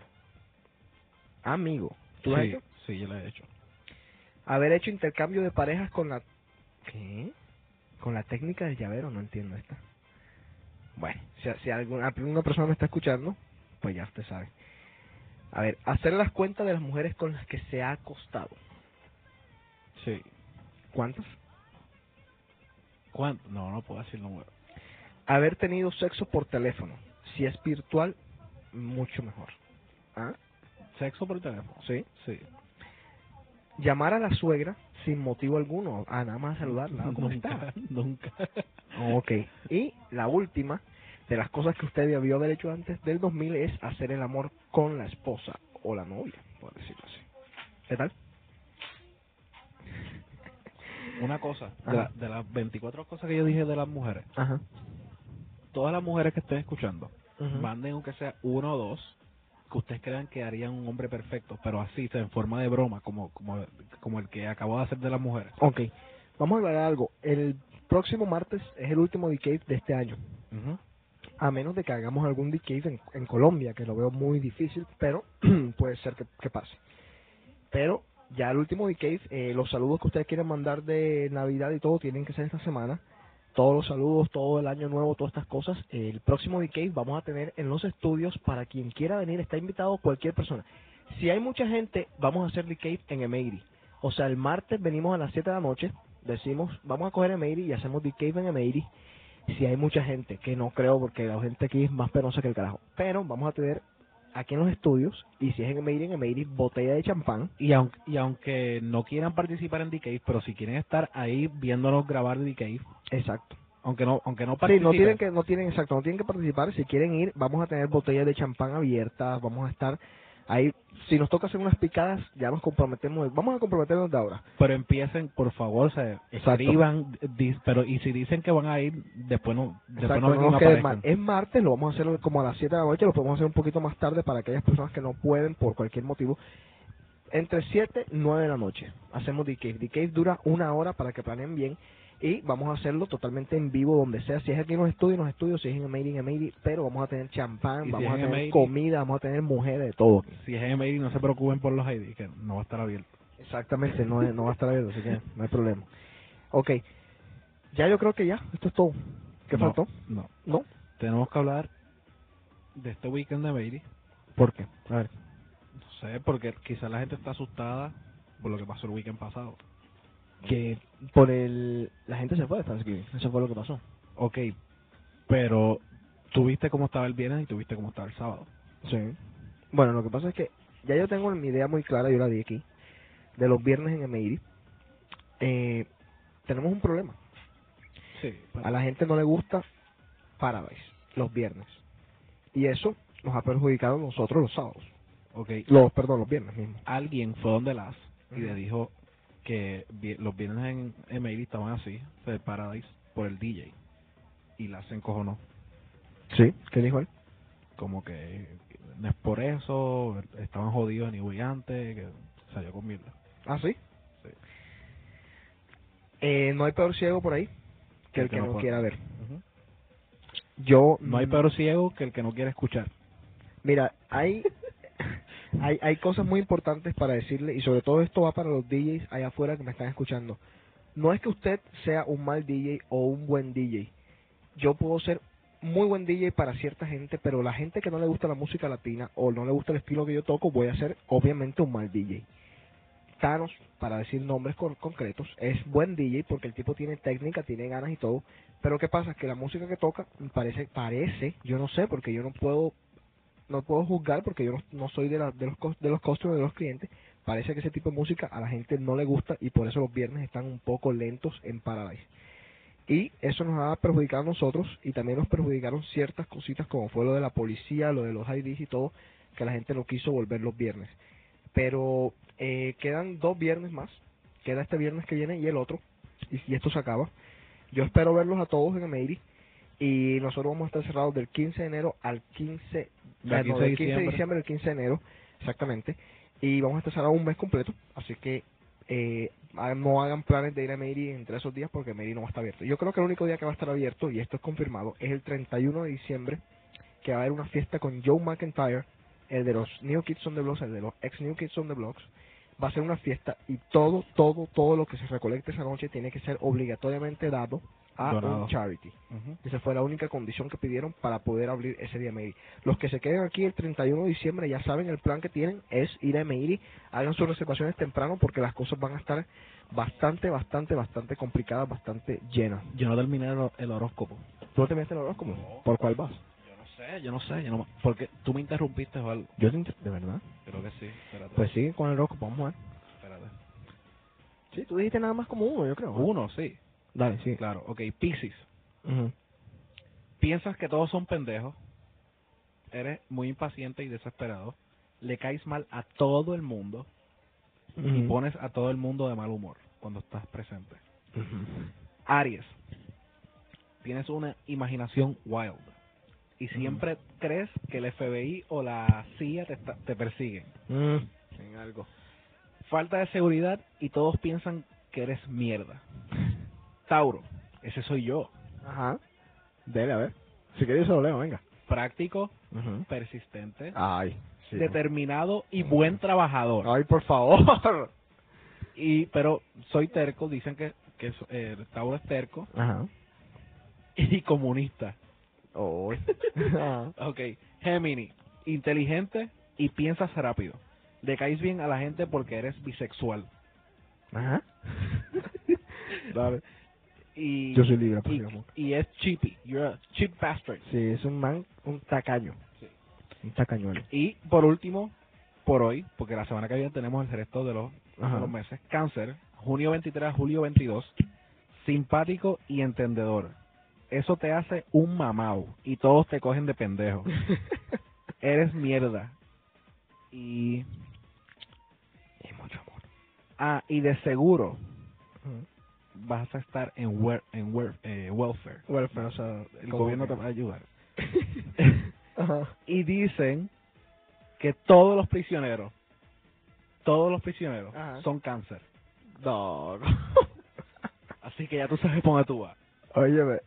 [SPEAKER 6] Amigo. ¿Tú lo has
[SPEAKER 7] sí,
[SPEAKER 6] hecho?
[SPEAKER 7] sí, yo lo he hecho.
[SPEAKER 6] Haber hecho intercambio de parejas con la. ¿Qué? Con la técnica del llavero, no entiendo esta. Bueno, si, si alguna, alguna persona me está escuchando, pues ya usted sabe. A ver, hacer las cuentas de las mujeres con las que se ha acostado.
[SPEAKER 7] Sí.
[SPEAKER 6] ¿Cuántas?
[SPEAKER 7] ¿Cuánto? No, no puedo decir número.
[SPEAKER 6] Haber tenido sexo por teléfono. Si es virtual, mucho mejor. ¿Ah?
[SPEAKER 7] ¿Sexo por teléfono?
[SPEAKER 6] Sí.
[SPEAKER 7] Sí.
[SPEAKER 6] llamar a la suegra sin motivo alguno, a nada más saludarla, ¿cómo
[SPEAKER 7] Nunca,
[SPEAKER 6] está?
[SPEAKER 7] nunca.
[SPEAKER 6] Ah, Ok. Y la última de las cosas que usted debió haber hecho antes del 2000 es hacer el amor con la esposa o la novia, por decirlo así. ¿Qué tal?
[SPEAKER 7] Una cosa,
[SPEAKER 6] Ajá.
[SPEAKER 7] de, la- de las 24 cosas que yo dije de las mujeres,
[SPEAKER 6] Ajá.
[SPEAKER 7] todas las mujeres que estén escuchando,
[SPEAKER 6] Ujú.
[SPEAKER 7] manden aunque sea uno o dos que ustedes crean que harían un hombre perfecto, pero así, o sea, en forma de broma, como, como, como el que acabo de hacer de las mujeres.
[SPEAKER 6] Ok. Vamos a aclarar algo. El próximo martes es el último decade de este año.
[SPEAKER 7] Ujú.
[SPEAKER 6] A menos de que hagamos algún decade en, en Colombia, que lo veo muy difícil, pero puede ser que, que pase. Pero ya el último decade, eh, los saludos que ustedes quieren mandar de Navidad y todo tienen que ser esta semana. Todos los saludos, todo el año nuevo, todas estas cosas. El próximo decade vamos a tener en los estudios para quien quiera venir, está invitado cualquier persona. Si hay mucha gente, vamos a hacer decade en Emery. O sea, el martes venimos a las 7 de la noche, decimos, vamos a coger Emery y hacemos decade en Emery. Si hay mucha gente, que no creo porque la gente aquí es más penosa que el carajo. Pero vamos a tener aquí en los estudios, y si es en Emery, en Emery, botella de champán.
[SPEAKER 7] Y aunque, y aunque no quieran participar en DK, pero si quieren estar ahí viéndonos grabar DK,
[SPEAKER 6] Exacto.
[SPEAKER 7] aunque no, aunque no
[SPEAKER 6] Sí,
[SPEAKER 7] participen,
[SPEAKER 6] no tienen que, no tienen, exacto, no tienen que participar. Si quieren ir, vamos a tener botellas de champán abiertas, vamos a estar ahí. Si nos toca hacer unas picadas, ya nos comprometemos. Vamos a comprometernos de ahora.
[SPEAKER 7] pero empiecen, por favor, se
[SPEAKER 6] Exacto.
[SPEAKER 7] escriban, di- pero y si dicen que van a ir, después no, después
[SPEAKER 6] Exacto,
[SPEAKER 7] no vengan
[SPEAKER 6] no
[SPEAKER 7] y no
[SPEAKER 6] nos quede mal.
[SPEAKER 7] aparezcan.
[SPEAKER 6] Es martes, lo vamos a hacer como a las 7 de la noche, lo podemos hacer un poquito más tarde para aquellas personas que no pueden por cualquier motivo. Entre 7 y 9 de la noche hacemos DK. DK dura una hora para que planeen bien y vamos a hacerlo totalmente en vivo donde sea. Si es aquí en los estudios, en los estudios, si es en Amazing, Amazing, pero vamos a tener champán,
[SPEAKER 7] Y si
[SPEAKER 6] vamos
[SPEAKER 7] es
[SPEAKER 6] a
[SPEAKER 7] en
[SPEAKER 6] tener
[SPEAKER 7] Amazing.
[SPEAKER 6] comida, vamos a tener mujeres, de todo.
[SPEAKER 7] Si es MI, no se preocupen por los ID, que no va a estar abierto.
[SPEAKER 6] Exactamente, no, es- no va a estar abierto, así que no hay problema. Ok, ya yo creo que ya, esto es todo. ¿Qué
[SPEAKER 7] No,
[SPEAKER 6] faltó?
[SPEAKER 7] No.
[SPEAKER 6] ¿No?
[SPEAKER 7] Tenemos que hablar de este weekend de Bailey.
[SPEAKER 6] ¿Por qué? A ver.
[SPEAKER 7] No sé, porque quizás la gente está asustada por lo que pasó el weekend pasado.
[SPEAKER 6] que por el la gente se fue de Thanksgiving eso fue lo que pasó
[SPEAKER 7] Ok, pero tú viste cómo estaba el viernes y tú viste cómo estaba el sábado.
[SPEAKER 6] sí bueno lo que pasa es que ya yo tengo mi idea muy clara yo la di aquí de los viernes en Emeiri eh, tenemos un problema
[SPEAKER 7] Sí.
[SPEAKER 6] a la gente no le gusta Paradise los viernes y eso nos ha perjudicado a nosotros los sábados
[SPEAKER 7] Ok,
[SPEAKER 6] los perdón los viernes mismo
[SPEAKER 7] alguien fue donde las y
[SPEAKER 6] Ujú.
[SPEAKER 7] le dijo que vi- los viernes en, en Bailey estaban así, o sea, el Paradise, por el DJ. Y las se encojonó.
[SPEAKER 6] sí qué dijo él
[SPEAKER 7] Como que no es por eso, estaban jodidos anyway antes, que salió con mierda.
[SPEAKER 6] ah sí,
[SPEAKER 7] Sí.
[SPEAKER 6] Eh, no hay peor ciego por ahí que el que, no
[SPEAKER 7] Este puede.
[SPEAKER 6] quiera ver
[SPEAKER 7] Ujú.
[SPEAKER 6] yo
[SPEAKER 7] No hay peor ciego que el que no quiere escuchar.
[SPEAKER 6] Mira, hay, hay hay cosas muy importantes para decirle y sobre todo esto va para los DJs allá afuera que me están escuchando. No es que usted sea un mal DJ o un buen DJ. Yo puedo ser muy buen DJ para cierta gente, pero la gente que no le gusta la música latina o no le gusta el estilo que yo toco, voy a ser obviamente un mal DJ. Thanos, para decir nombres cor- concretos, es buen DJ porque el tipo tiene técnica, tiene ganas y todo. Pero qué pasa que la música que toca parece parece, yo no sé porque yo no puedo no puedo juzgar porque yo no, no soy de, la- de los cos- de los customers, de los clientes. Parece que ese tipo de música a la gente no le gusta y por eso los viernes están un poco lentos en Paradise. Y eso nos ha perjudicado a nosotros y también nos perjudicaron ciertas cositas como fue lo de la policía, lo de los IDs y todo, que la gente no quiso volver los viernes. Pero eh, quedan dos viernes más, queda este viernes que viene y el otro, y, si esto se acaba. Yo espero verlos a todos en Ameri y nosotros vamos a estar cerrados del 15 de enero al 15
[SPEAKER 7] Del
[SPEAKER 6] ah, no,
[SPEAKER 7] 15 de
[SPEAKER 6] del 15 de
[SPEAKER 7] diciembre.
[SPEAKER 6] diciembre al 15 de enero, exactamente. Y vamos a estar cerrados un mes completo, así que eh, ha- no hagan planes de ir a Mary entre esos días porque Mary no va a estar abierto. Yo creo que el único día que va a estar abierto, y esto es confirmado, es el 31 de diciembre, que va a haber una fiesta con Joe McIntyre, el de los New Kids on the Blocks, el de los ex New Kids on the Blocks. Va a ser una fiesta y todo, todo, todo lo que se recolecte esa noche tiene que ser obligatoriamente dado a
[SPEAKER 7] Donado.
[SPEAKER 6] un charity. Esa fue la única condición que pidieron para poder abrir ese día Meiri. Los que se queden aquí el 31 de diciembre ya saben el plan que tienen es ir a Meiri, hagan sus reservaciones temprano porque las cosas van a estar bastante, bastante, bastante complicadas, bastante llenas.
[SPEAKER 7] Yo no terminé el, hor- el horóscopo.
[SPEAKER 6] ¿Tú no te metes en el horóscopo? ¿Por cuál vas?
[SPEAKER 7] Yo no sé, yo no sé, yo no, porque tú me interrumpiste o algo.
[SPEAKER 6] Yo te inter- de verdad.
[SPEAKER 7] Creo que sí, espérate.
[SPEAKER 6] Pues sigue con el horóscopo, vamos a ver.
[SPEAKER 7] espérate.
[SPEAKER 6] Sí, tú dijiste nada más como uno, yo creo.
[SPEAKER 7] Uno, sí.
[SPEAKER 6] Dale, sí.
[SPEAKER 7] Claro, ok. Pisces.
[SPEAKER 6] Ujú.
[SPEAKER 7] Piensas que todos son pendejos. Eres muy impaciente y desesperado. Le caes mal a todo el mundo. Y
[SPEAKER 6] Ujú.
[SPEAKER 7] pones a todo el mundo de mal humor cuando estás presente.
[SPEAKER 6] Ujú.
[SPEAKER 7] Aries. Tienes una imaginación wild. Y siempre crees que el FBI o la CIA te, está- te persiguen
[SPEAKER 6] Mm.
[SPEAKER 7] en algo. Falta de seguridad y todos piensan que eres mierda. Tauro. Ese soy yo.
[SPEAKER 6] Ajá. Dele, a ver. Si quieres, yo se lo leo, venga.
[SPEAKER 7] Práctico,
[SPEAKER 6] Ujú.
[SPEAKER 7] persistente,
[SPEAKER 6] Ay, Ah, sí.
[SPEAKER 7] determinado y buen trabajador.
[SPEAKER 6] Ay, por favor.
[SPEAKER 7] Y pero soy terco, dicen que, que so- eh, el Tauro es terco
[SPEAKER 6] Ajá.
[SPEAKER 7] y comunista.
[SPEAKER 6] Oh.
[SPEAKER 7] ok, Gemini, inteligente y piensas rápido. Le caes bien a la gente porque eres bisexual.
[SPEAKER 6] Ajá. Dale.
[SPEAKER 7] Y,
[SPEAKER 6] Yo soy libre, por
[SPEAKER 7] y,
[SPEAKER 6] Dios.
[SPEAKER 7] y es chippy, you're a cheap bastard.
[SPEAKER 6] Sí, es un man, un tacaño.
[SPEAKER 7] Sí.
[SPEAKER 6] Un tacañuelo.
[SPEAKER 7] Y por último, por hoy, porque la semana que viene tenemos el resto de los, de
[SPEAKER 6] Ajá.
[SPEAKER 7] los meses, cáncer, junio 23 a julio 22, simpático y entendedor. Eso te hace un mamau y todos te cogen de pendejo.
[SPEAKER 6] Eh,
[SPEAKER 7] Eres mierda. Y...
[SPEAKER 6] Y mucho amor.
[SPEAKER 7] Ah, y de seguro
[SPEAKER 6] Ujú.
[SPEAKER 7] vas a estar en, wer- en wer- eh, welfare.
[SPEAKER 6] Welfare, o sea,
[SPEAKER 7] El
[SPEAKER 6] como
[SPEAKER 7] gobierno
[SPEAKER 6] que-
[SPEAKER 7] te va a ayudar.
[SPEAKER 6] Ajá.
[SPEAKER 7] y dicen que todos los prisioneros, todos los prisioneros
[SPEAKER 6] Ajá.
[SPEAKER 7] son cáncer.
[SPEAKER 6] No, no.
[SPEAKER 7] Así que ya tú sabes por dónde tú vas.
[SPEAKER 6] Óyeme.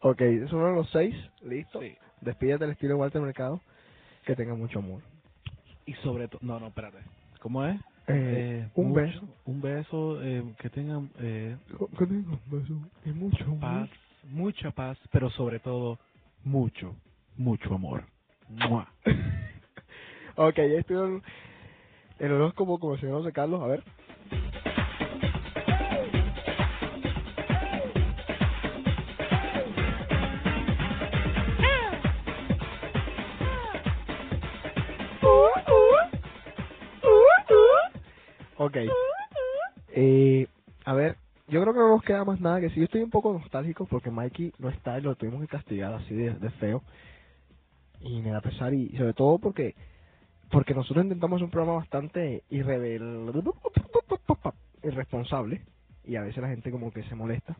[SPEAKER 6] Ok, es uno de los seis. Listo.
[SPEAKER 7] Sí.
[SPEAKER 6] Despídete del estilo Walter Mercado. Que tenga mucho amor.
[SPEAKER 7] Y sobre todo, no, no, espérate. ¿Cómo es?
[SPEAKER 6] Eh, un
[SPEAKER 7] mucho-
[SPEAKER 6] beso.
[SPEAKER 7] Un beso eh, que tengan eh,
[SPEAKER 6] Que tenga un beso y mucho
[SPEAKER 7] paz, mucha paz, pero sobre todo mucho, mucho amor. ¡Mua!
[SPEAKER 6] Ok, ya estuvieron el horóscopo como el señor José Carlos. A ver. Ok. Eh, a ver, yo creo que no nos queda más nada que si. Yo estoy un poco nostálgico porque Mikey no está y lo tuvimos que castigar así de, de feo. Y me da pesar y sobre todo porque porque nosotros intentamos un programa bastante irrevel... irresponsable y a veces la gente como que se molesta.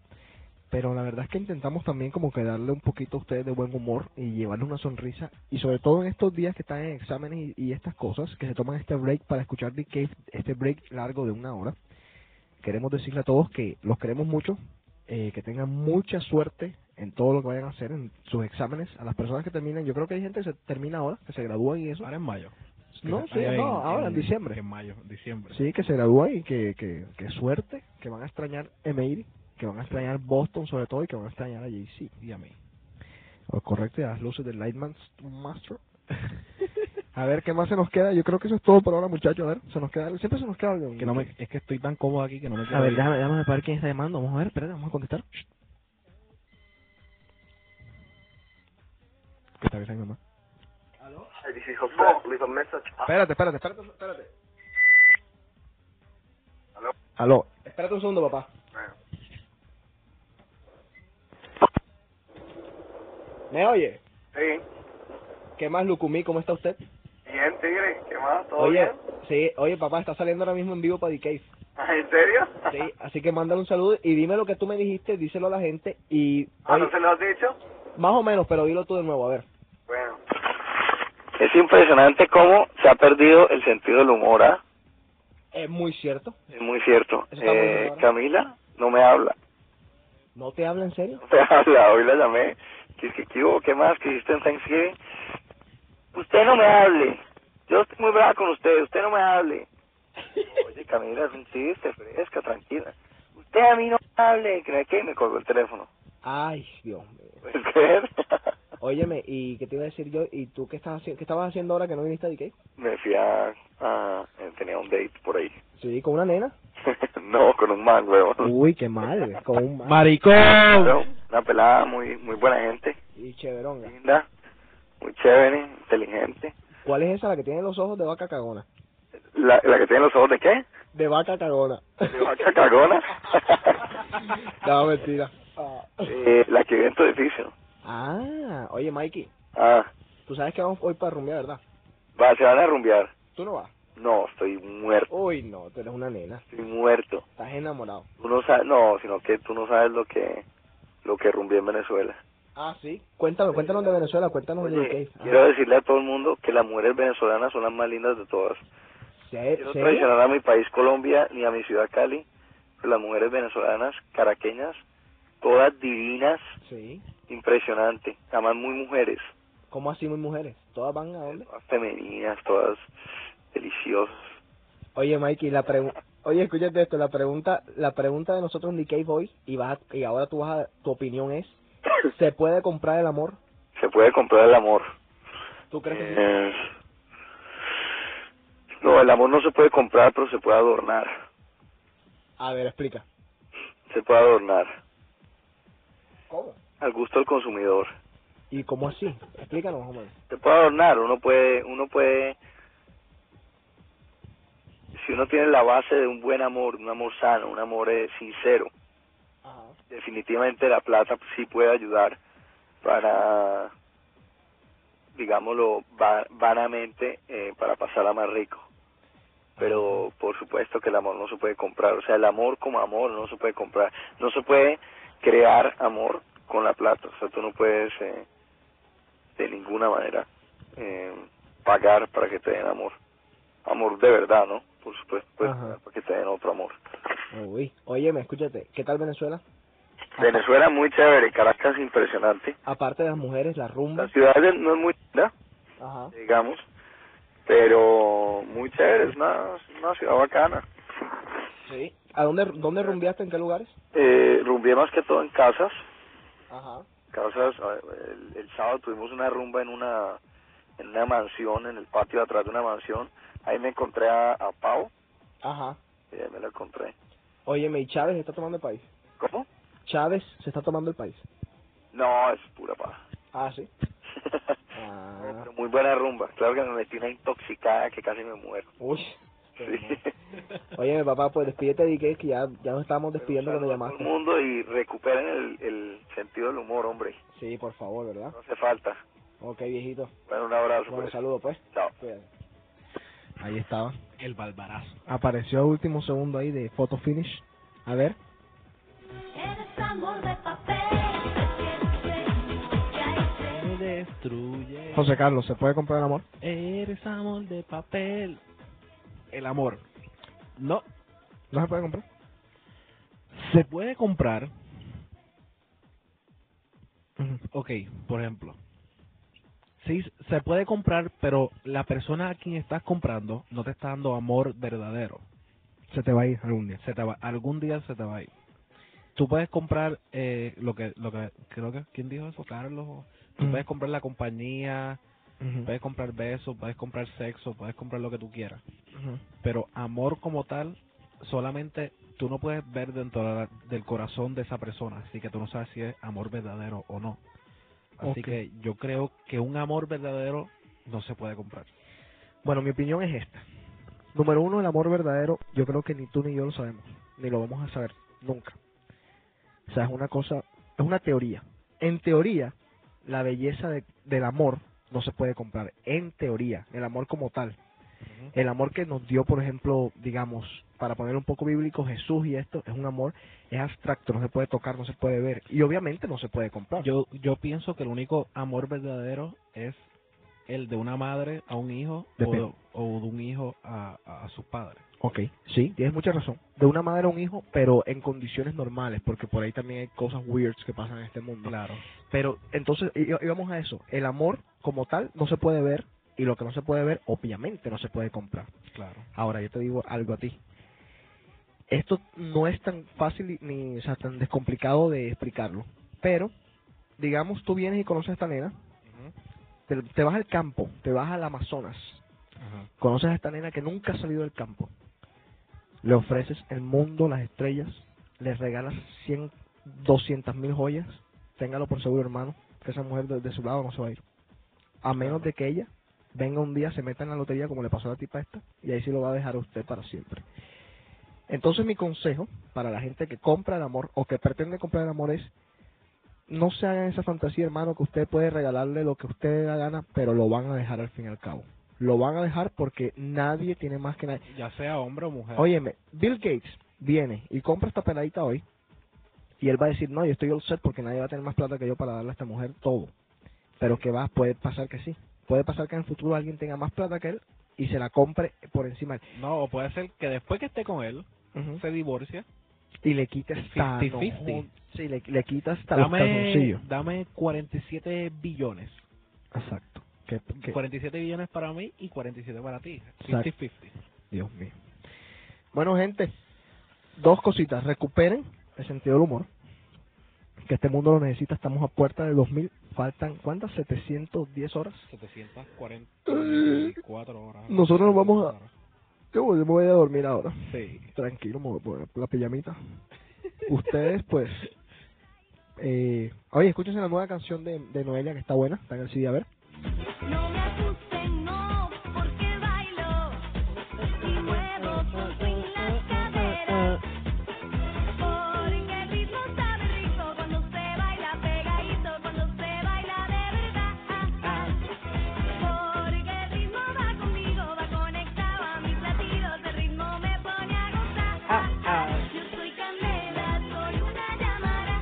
[SPEAKER 6] Pero la verdad es que intentamos también como que darle un poquito a ustedes de buen humor y llevarles una sonrisa. Y sobre todo en estos días que están en exámenes y, y estas cosas, que se toman este break para escuchar The Cave, este break largo de una hora. Queremos decirle a todos que los queremos mucho, eh, que tengan mucha suerte en todo lo que vayan a hacer en sus exámenes. A las personas que terminan, yo creo que hay gente que se termina ahora, que se gradúan y eso.
[SPEAKER 7] Ahora en mayo.
[SPEAKER 6] No,
[SPEAKER 7] Que-
[SPEAKER 6] sí,
[SPEAKER 7] ay, ay,
[SPEAKER 6] no, ahora en diciembre.
[SPEAKER 7] En mayo, en diciembre.
[SPEAKER 6] Sí, que se gradúa y que, que, que suerte, que van a extrañar Emery, que van a extrañar Boston sobre todo y que van a extrañar a JC.
[SPEAKER 7] Y a mí.
[SPEAKER 6] O correcto, y a las luces del Lightman Master. A ver, ¿qué más se nos queda? Yo creo que eso es todo por ahora, muchachos. A ver, se nos queda, siempre se nos queda algo.
[SPEAKER 7] Que no me, es que estoy tan cómodo aquí que no me
[SPEAKER 6] A
[SPEAKER 7] quiero
[SPEAKER 6] ver,
[SPEAKER 7] ir.
[SPEAKER 6] déjame, déjame ver quién está llamando. Vamos a ver, espérate, vamos a contestar. Shh. ¿Qué está avisando, mamá?
[SPEAKER 5] This is Jose. Leave a message.
[SPEAKER 6] Espérate, espérate, espérate, espérate.
[SPEAKER 5] Aló.
[SPEAKER 6] Aló. Espérate un segundo, papá. ¿Me oye?
[SPEAKER 5] Sí.
[SPEAKER 6] ¿Qué más, Lucumí? ¿Cómo está usted?
[SPEAKER 5] Bien, Tigre. ¿Qué más? ¿Todo
[SPEAKER 6] Oye,
[SPEAKER 5] bien?
[SPEAKER 6] sí, oye, papá, está saliendo ahora mismo en vivo para DK.
[SPEAKER 5] ¿En serio?
[SPEAKER 6] Sí, así que mándale un saludo y dime lo que tú me dijiste, díselo a la gente y...
[SPEAKER 5] ¿Ah, no
[SPEAKER 6] oye,
[SPEAKER 5] se lo has dicho?
[SPEAKER 6] Más o menos, pero dilo tú de nuevo, a ver.
[SPEAKER 5] Bueno.
[SPEAKER 15] Es impresionante cómo se ha perdido el sentido del humor, ¿ah?
[SPEAKER 6] Es muy cierto.
[SPEAKER 15] Es muy cierto.
[SPEAKER 6] Eso está muy
[SPEAKER 15] Eh,
[SPEAKER 6] bien, ¿verdad?
[SPEAKER 15] Camila no me habla,
[SPEAKER 6] ¿No te habla en serio?
[SPEAKER 15] no me habla. Hoy la llamé. Dice que ¿qué hubo? ¿Qué más? ¿Qué hiciste en Thanksgiving? Usted no me hable. Yo estoy muy brava con usted. Usted no me hable. Oye, Camila, es un chiste, fresca, tranquila. Usted a mí no me hable. ¿Cree que me colgó el teléfono?
[SPEAKER 6] Ay, Dios mío.
[SPEAKER 15] ¿Puedes creer?
[SPEAKER 6] Óyeme, ¿y qué te iba a decir yo? ¿Y tú qué, estás haciendo, qué estabas haciendo ahora que no viniste a DK?
[SPEAKER 15] me fui a, a- Tenía un date por ahí.
[SPEAKER 6] Sí, con una nena.
[SPEAKER 15] no, con un man, huevón.
[SPEAKER 6] Uy, qué mal, con un man.
[SPEAKER 15] Pero una pelada muy muy buena gente,
[SPEAKER 6] Y chéverón.
[SPEAKER 15] linda, muy chévere, inteligente.
[SPEAKER 6] ¿Cuál es esa la que tiene los ojos de vaca cagona?
[SPEAKER 15] La, la que tiene los ojos de qué?
[SPEAKER 8] de vaca cagona.
[SPEAKER 15] ¿De vaca cagona?
[SPEAKER 8] No, mentira. Ah.
[SPEAKER 15] Eh, la que vive en tu edificio.
[SPEAKER 8] Ah, oye, Mikey,
[SPEAKER 15] Ah,
[SPEAKER 8] tú sabes que vamos hoy para rumbear, ¿verdad?
[SPEAKER 15] va, se van a rumbear.
[SPEAKER 8] Tú no vas.
[SPEAKER 15] No, estoy muerto,
[SPEAKER 8] Uy, no, tú eres una nena.
[SPEAKER 15] estoy muerto.
[SPEAKER 8] Estás enamorado.
[SPEAKER 15] Tú no sabes, no, sino que tú no sabes lo que lo que rumbié en Venezuela.
[SPEAKER 8] Ah, sí. Cuéntame, cuéntanos de Venezuela, cuéntanos de
[SPEAKER 15] Oye,
[SPEAKER 8] UK. Ah,
[SPEAKER 15] quiero decirle a todo el mundo que las mujeres venezolanas son las más lindas de todas.
[SPEAKER 8] ¿se-
[SPEAKER 15] Yo no
[SPEAKER 8] serio?
[SPEAKER 15] traicionar a mi país Colombia ni a mi ciudad Cali, pero las mujeres venezolanas, caraqueñas, todas divinas,
[SPEAKER 8] Sí.
[SPEAKER 15] impresionante, además muy mujeres,
[SPEAKER 8] ¿Cómo así, muy mujeres? ¿Todas van a dónde?
[SPEAKER 15] todas femeninas, todas deliciosas.
[SPEAKER 8] Oye, Mikey, la pregunta... Oye, escúchate esto, la pregunta, la pregunta de nosotros en DK Boy, y vas a- y ahora tú vas a- tu opinión es, ¿se puede comprar el amor?
[SPEAKER 15] Se puede comprar el amor.
[SPEAKER 8] ¿Tú crees que sí?
[SPEAKER 15] Eh, no, el amor no se puede comprar, pero se puede adornar.
[SPEAKER 8] A ver, explica.
[SPEAKER 15] Se puede adornar.
[SPEAKER 8] ¿Cómo?
[SPEAKER 15] Al gusto del consumidor.
[SPEAKER 8] ¿Y cómo así? Explícanos, más o menos.
[SPEAKER 15] se puede adornar, uno puede, uno puede, si uno tiene la base de un buen amor, un amor sano, un amor eh, sincero, definitivamente la plata sí puede ayudar para, digámoslo, va- vanamente, eh, para pasarla más rico. Pero por supuesto que el amor no se puede comprar, o sea, el amor como amor no se puede comprar, no se puede crear amor con la plata, o sea, tú no puedes eh, de ninguna manera eh, pagar para que te den amor. Amor de verdad, ¿no? Por supuesto, pues,
[SPEAKER 8] Ajá.
[SPEAKER 15] para que te den otro amor.
[SPEAKER 8] Uy, óyeme, escúchate, ¿qué tal Venezuela?
[SPEAKER 15] Venezuela muy chévere, Caracas impresionante.
[SPEAKER 8] Aparte de las mujeres, la rumba.
[SPEAKER 15] La ciudad de- no es muy linda,
[SPEAKER 8] Ajá.
[SPEAKER 15] digamos, pero muy chévere, es una, es una ciudad bacana.
[SPEAKER 8] Sí. ¿A dónde, dónde rumbeaste? ¿En qué lugares?
[SPEAKER 15] Eh, rumbié más que todo en casas.
[SPEAKER 8] Ajá.
[SPEAKER 15] Casas, eh, el, el sábado tuvimos una rumba en una en una mansión, en el patio de atrás de una mansión. Ahí me encontré a, a Pau,
[SPEAKER 8] Ajá.
[SPEAKER 15] y ahí me lo encontré.
[SPEAKER 8] Óyeme, ¿y Chávez está tomando el país?
[SPEAKER 15] ¿Cómo?
[SPEAKER 8] Chávez se está tomando el país.
[SPEAKER 15] No, es pura paja.
[SPEAKER 8] Ah, sí.
[SPEAKER 6] Ah.
[SPEAKER 8] Ah.
[SPEAKER 15] No, pero muy buena rumba. Claro que me metí una intoxicada que casi me muero.
[SPEAKER 8] Uy.
[SPEAKER 15] Sí.
[SPEAKER 8] Óyeme, papá, pues despídete de DK, que ya, ya nos estábamos despidiendo cuando
[SPEAKER 15] Todo el
[SPEAKER 8] llamaste.
[SPEAKER 15] mundo y recuperen el, el sentido del humor, hombre.
[SPEAKER 8] Sí, por favor, ¿verdad?
[SPEAKER 15] No hace falta.
[SPEAKER 8] Ok, viejito.
[SPEAKER 15] Bueno, un abrazo.
[SPEAKER 8] Bueno,
[SPEAKER 15] pues.
[SPEAKER 8] saludos, pues.
[SPEAKER 15] Chao.
[SPEAKER 8] Cuídate. Ahí estaba.
[SPEAKER 7] El balbarazo.
[SPEAKER 6] Apareció a último segundo ahí de photo finish. A ver.
[SPEAKER 3] Eres amor de papel,
[SPEAKER 7] Me destruye.
[SPEAKER 6] José Carlos, ¿se puede comprar el amor?
[SPEAKER 7] Eres amor de papel. El amor. No,
[SPEAKER 6] ¿No se puede comprar?
[SPEAKER 7] se puede comprar. Ok, por ejemplo. Sí, se puede comprar, pero la persona a quien estás comprando no te está dando amor verdadero.
[SPEAKER 6] Se te va a ir algún día.
[SPEAKER 7] Se te va, algún día se te va a ir. Tú puedes comprar eh, lo que, lo que, creo que, ¿quién dijo eso? Carlos. Tú
[SPEAKER 6] Ujú.
[SPEAKER 7] puedes comprar la compañía,
[SPEAKER 6] Ujú.
[SPEAKER 7] puedes comprar besos, puedes comprar sexo, puedes comprar lo que tú quieras.
[SPEAKER 6] Ujú.
[SPEAKER 7] pero amor como tal solamente tú no puedes ver dentro de la- del corazón de esa persona, así que tú no sabes si es amor verdadero o no. Así
[SPEAKER 6] Ok.
[SPEAKER 7] que yo creo que un amor verdadero no se puede comprar.
[SPEAKER 6] Bueno, mi opinión es esta. Número uno, el amor verdadero, yo creo que ni tú ni yo lo sabemos, ni lo vamos a saber nunca. O sea, es una cosa, es una teoría. En teoría, la belleza de- del amor no se puede comprar. En teoría, el amor como tal. El amor que nos dio, por ejemplo, digamos, para poner un poco bíblico, Jesús y esto, es un amor, es abstracto, no se puede tocar, no se puede ver. Y obviamente no se puede comprar.
[SPEAKER 7] Yo yo pienso que el único amor verdadero es el de una madre a un hijo o de,
[SPEAKER 6] Depende.
[SPEAKER 7] o de un hijo a, a, a sus padres.
[SPEAKER 6] Ok, sí, tienes mucha razón. De una madre a un hijo, pero en condiciones normales, porque por ahí también hay cosas weirds que pasan en este mundo.
[SPEAKER 7] Claro.
[SPEAKER 6] Pero entonces í- íbamos a eso. El amor como tal no se puede ver y lo que no se puede ver obviamente no se puede comprar.
[SPEAKER 7] Claro.
[SPEAKER 6] Ahora yo te digo algo a ti. Esto no es tan fácil y- ni o sea, tan descomplicado de explicarlo. Pero digamos tú vienes y conoces a esta nena, te, te vas al campo, te vas al Amazonas,
[SPEAKER 7] Ajá.
[SPEAKER 6] conoces a esta nena que nunca ha salido del campo, le ofreces el mundo, las estrellas, le regalas 100, 200 mil joyas, téngalo por seguro hermano, que esa mujer de, de su lado no se va a ir. A menos de que ella venga un día, se meta en la lotería como le pasó a la tipa esta, y ahí sí lo va a dejar a usted para siempre. Entonces mi consejo para la gente que compra el amor o que pretende comprar el amor es no se hagan esa fantasía, hermano, que usted puede regalarle lo que usted le da gana, pero lo van a dejar al fin y al cabo. Lo van a dejar porque nadie tiene más que nadie.
[SPEAKER 7] Ya sea hombre o mujer.
[SPEAKER 6] Óyeme, Bill Gates viene y compra esta peladita hoy y él va a decir, no, yo estoy all set porque nadie va a tener más plata que yo para darle a esta mujer todo. Pero que va, puede pasar que sí. Puede pasar que en el futuro alguien tenga más plata que él y se la compre por encima de él.
[SPEAKER 7] No, o puede ser que después que esté con él, se divorcia.
[SPEAKER 6] Y le quita hasta...
[SPEAKER 7] 50-50.
[SPEAKER 6] no, sí, le, le quita hasta los
[SPEAKER 7] Dame,
[SPEAKER 6] calzoncillos.
[SPEAKER 7] dame 47 billones.
[SPEAKER 6] Exacto. Que, que-
[SPEAKER 7] 47 billones para mí y 47 para ti.
[SPEAKER 6] Exacto.
[SPEAKER 7] 50-50.
[SPEAKER 6] Dios mío. Bueno, gente, dos cositas. Recuperen el sentido del humor, que este mundo lo necesita. Estamos a puerta del 2000. Faltan, ¿cuántas? 710 horas.
[SPEAKER 7] 744 horas.
[SPEAKER 6] Nosotros nos vamos a... Yo yo me voy a dormir ahora.
[SPEAKER 7] Sí.
[SPEAKER 6] Tranquilo, me voy a poner la pijamita. Ustedes, pues... eh, oye, escúchense la nueva canción de, de Noelia, que está buena. Está en el CD, a ver.
[SPEAKER 3] No me asuste, no, porque bailo y muevo por fin las caderas. Porque el ritmo sabe rico cuando se baila pegadito, cuando se baila de verdad. Porque el ritmo va conmigo, va conectado a mis latidos, el ritmo me pone a gozar. Yo soy candela, soy una llamada,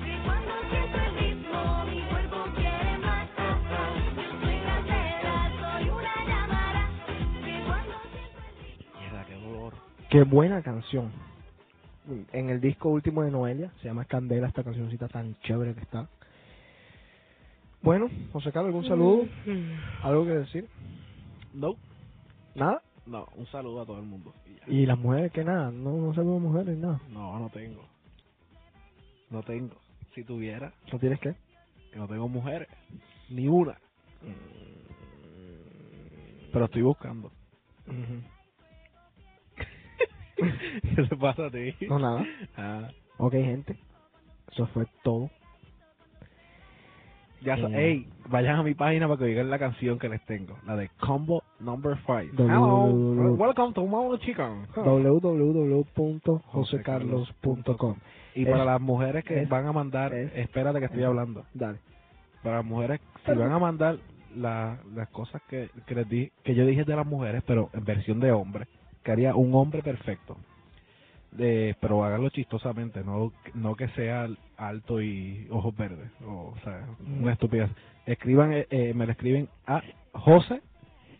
[SPEAKER 3] que cuando siento el ritmo mi cuerpo quiere más. Yo soy candela, soy una llamada, que cuando
[SPEAKER 7] Mierda, qué dolor.
[SPEAKER 6] Qué buena canción. En el disco último de Noelia, se llama Candela, esta cancioncita tan chévere que está. Bueno, José Carlos, ¿algún saludo? ¿Algo que decir?
[SPEAKER 7] No,
[SPEAKER 6] ¿Nada?
[SPEAKER 7] no, un saludo a todo el mundo. Y ya.
[SPEAKER 6] ¿Y las mujeres que nada? No, no saludo a mujeres, nada.
[SPEAKER 7] No, no tengo. No tengo. Si tuviera,
[SPEAKER 6] ¿No tienes qué?
[SPEAKER 7] que no tengo mujeres, ni una.
[SPEAKER 6] Mm.
[SPEAKER 7] Pero estoy buscando. ¿Qué te pasa a ti?
[SPEAKER 6] No, nada.
[SPEAKER 7] Ah,
[SPEAKER 6] Ok, gente. Eso fue todo.
[SPEAKER 7] ya sa-
[SPEAKER 6] Eh.
[SPEAKER 7] ey, vayan a mi página para que oigan la canción que les tengo, la de Combo Number 5.
[SPEAKER 6] Doble-
[SPEAKER 7] Hello, welcome to Mono Chicken.
[SPEAKER 6] www.josecarlos.com
[SPEAKER 7] Y
[SPEAKER 6] Es-
[SPEAKER 7] para las mujeres que
[SPEAKER 6] es-
[SPEAKER 7] van a mandar, espérate que estoy hablando.
[SPEAKER 6] Dale.
[SPEAKER 7] Para las mujeres, si van a mandar la- las cosas que, que les di, que yo dije de las mujeres, pero en versión de hombre, que haría un hombre perfecto. De, pero háganlo chistosamente, no, no que sea alto y ojos verdes, o, o sea,
[SPEAKER 6] Mm.
[SPEAKER 7] una estupidez. Escriban, eh, eh, me lo escriben a jose,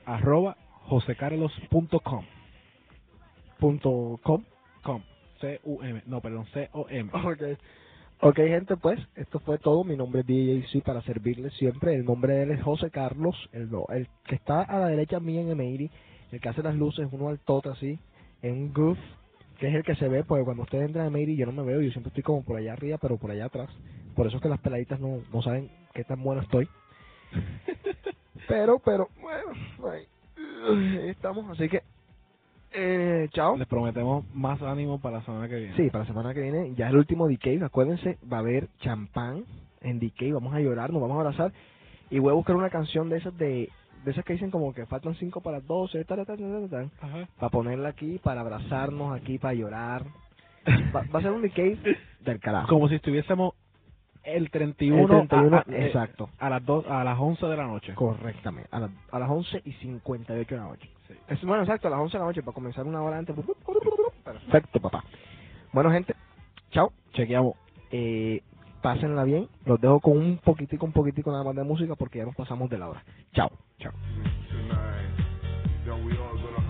[SPEAKER 7] arroba, josecarlos.com.
[SPEAKER 6] Punto com.
[SPEAKER 7] Com. C-U-M, no, perdón, C-O-M.
[SPEAKER 6] Ok. Ok, gente, pues esto fue todo. Mi nombre es DJC para servirles siempre. El nombre de él es José Carlos, el, do- el que está a la derecha mía en Emeiri, el que hace las luces, uno al tote así, en un goof, que es el que se ve, porque cuando ustedes entran a Emeiri yo no me veo, yo siempre estoy como por allá arriba, pero por allá atrás. Por eso es que las peladitas no, no saben qué tan bueno estoy. pero, pero, bueno, ahí estamos, así que, eh, chao.
[SPEAKER 7] Les prometemos más ánimo para la semana que viene.
[SPEAKER 6] Sí, para la semana que viene ya es el último DK. Acuérdense, va a haber champán en DK. Vamos a llorar, nos vamos a abrazar. Y voy a buscar una canción de esas de, de esas que dicen como que faltan 5 para las 12, tal, tal, tal, tal, tal,
[SPEAKER 7] Ajá.
[SPEAKER 6] para ponerla aquí, para abrazarnos aquí, para llorar. Va, va a ser un DK del carajo.
[SPEAKER 7] Como si estuviésemos el 31,
[SPEAKER 6] El 31,
[SPEAKER 7] a, a-
[SPEAKER 6] exacto.
[SPEAKER 7] a las dos, a las 11 de la noche.
[SPEAKER 6] Correctamente, a, la- a las 11 y 58 de la noche.
[SPEAKER 7] Sí.
[SPEAKER 6] Es, bueno, exacto, a las 11 de la noche, para comenzar una hora antes. Perfecto, papá. Bueno, gente, chao.
[SPEAKER 7] Chequeamos.
[SPEAKER 6] eh, pásenla bien. Los dejo con un poquitico, un poquitico nada más de música porque ya nos pasamos de la hora. Chao.
[SPEAKER 7] Chao.
[SPEAKER 16] tonight that we all gonna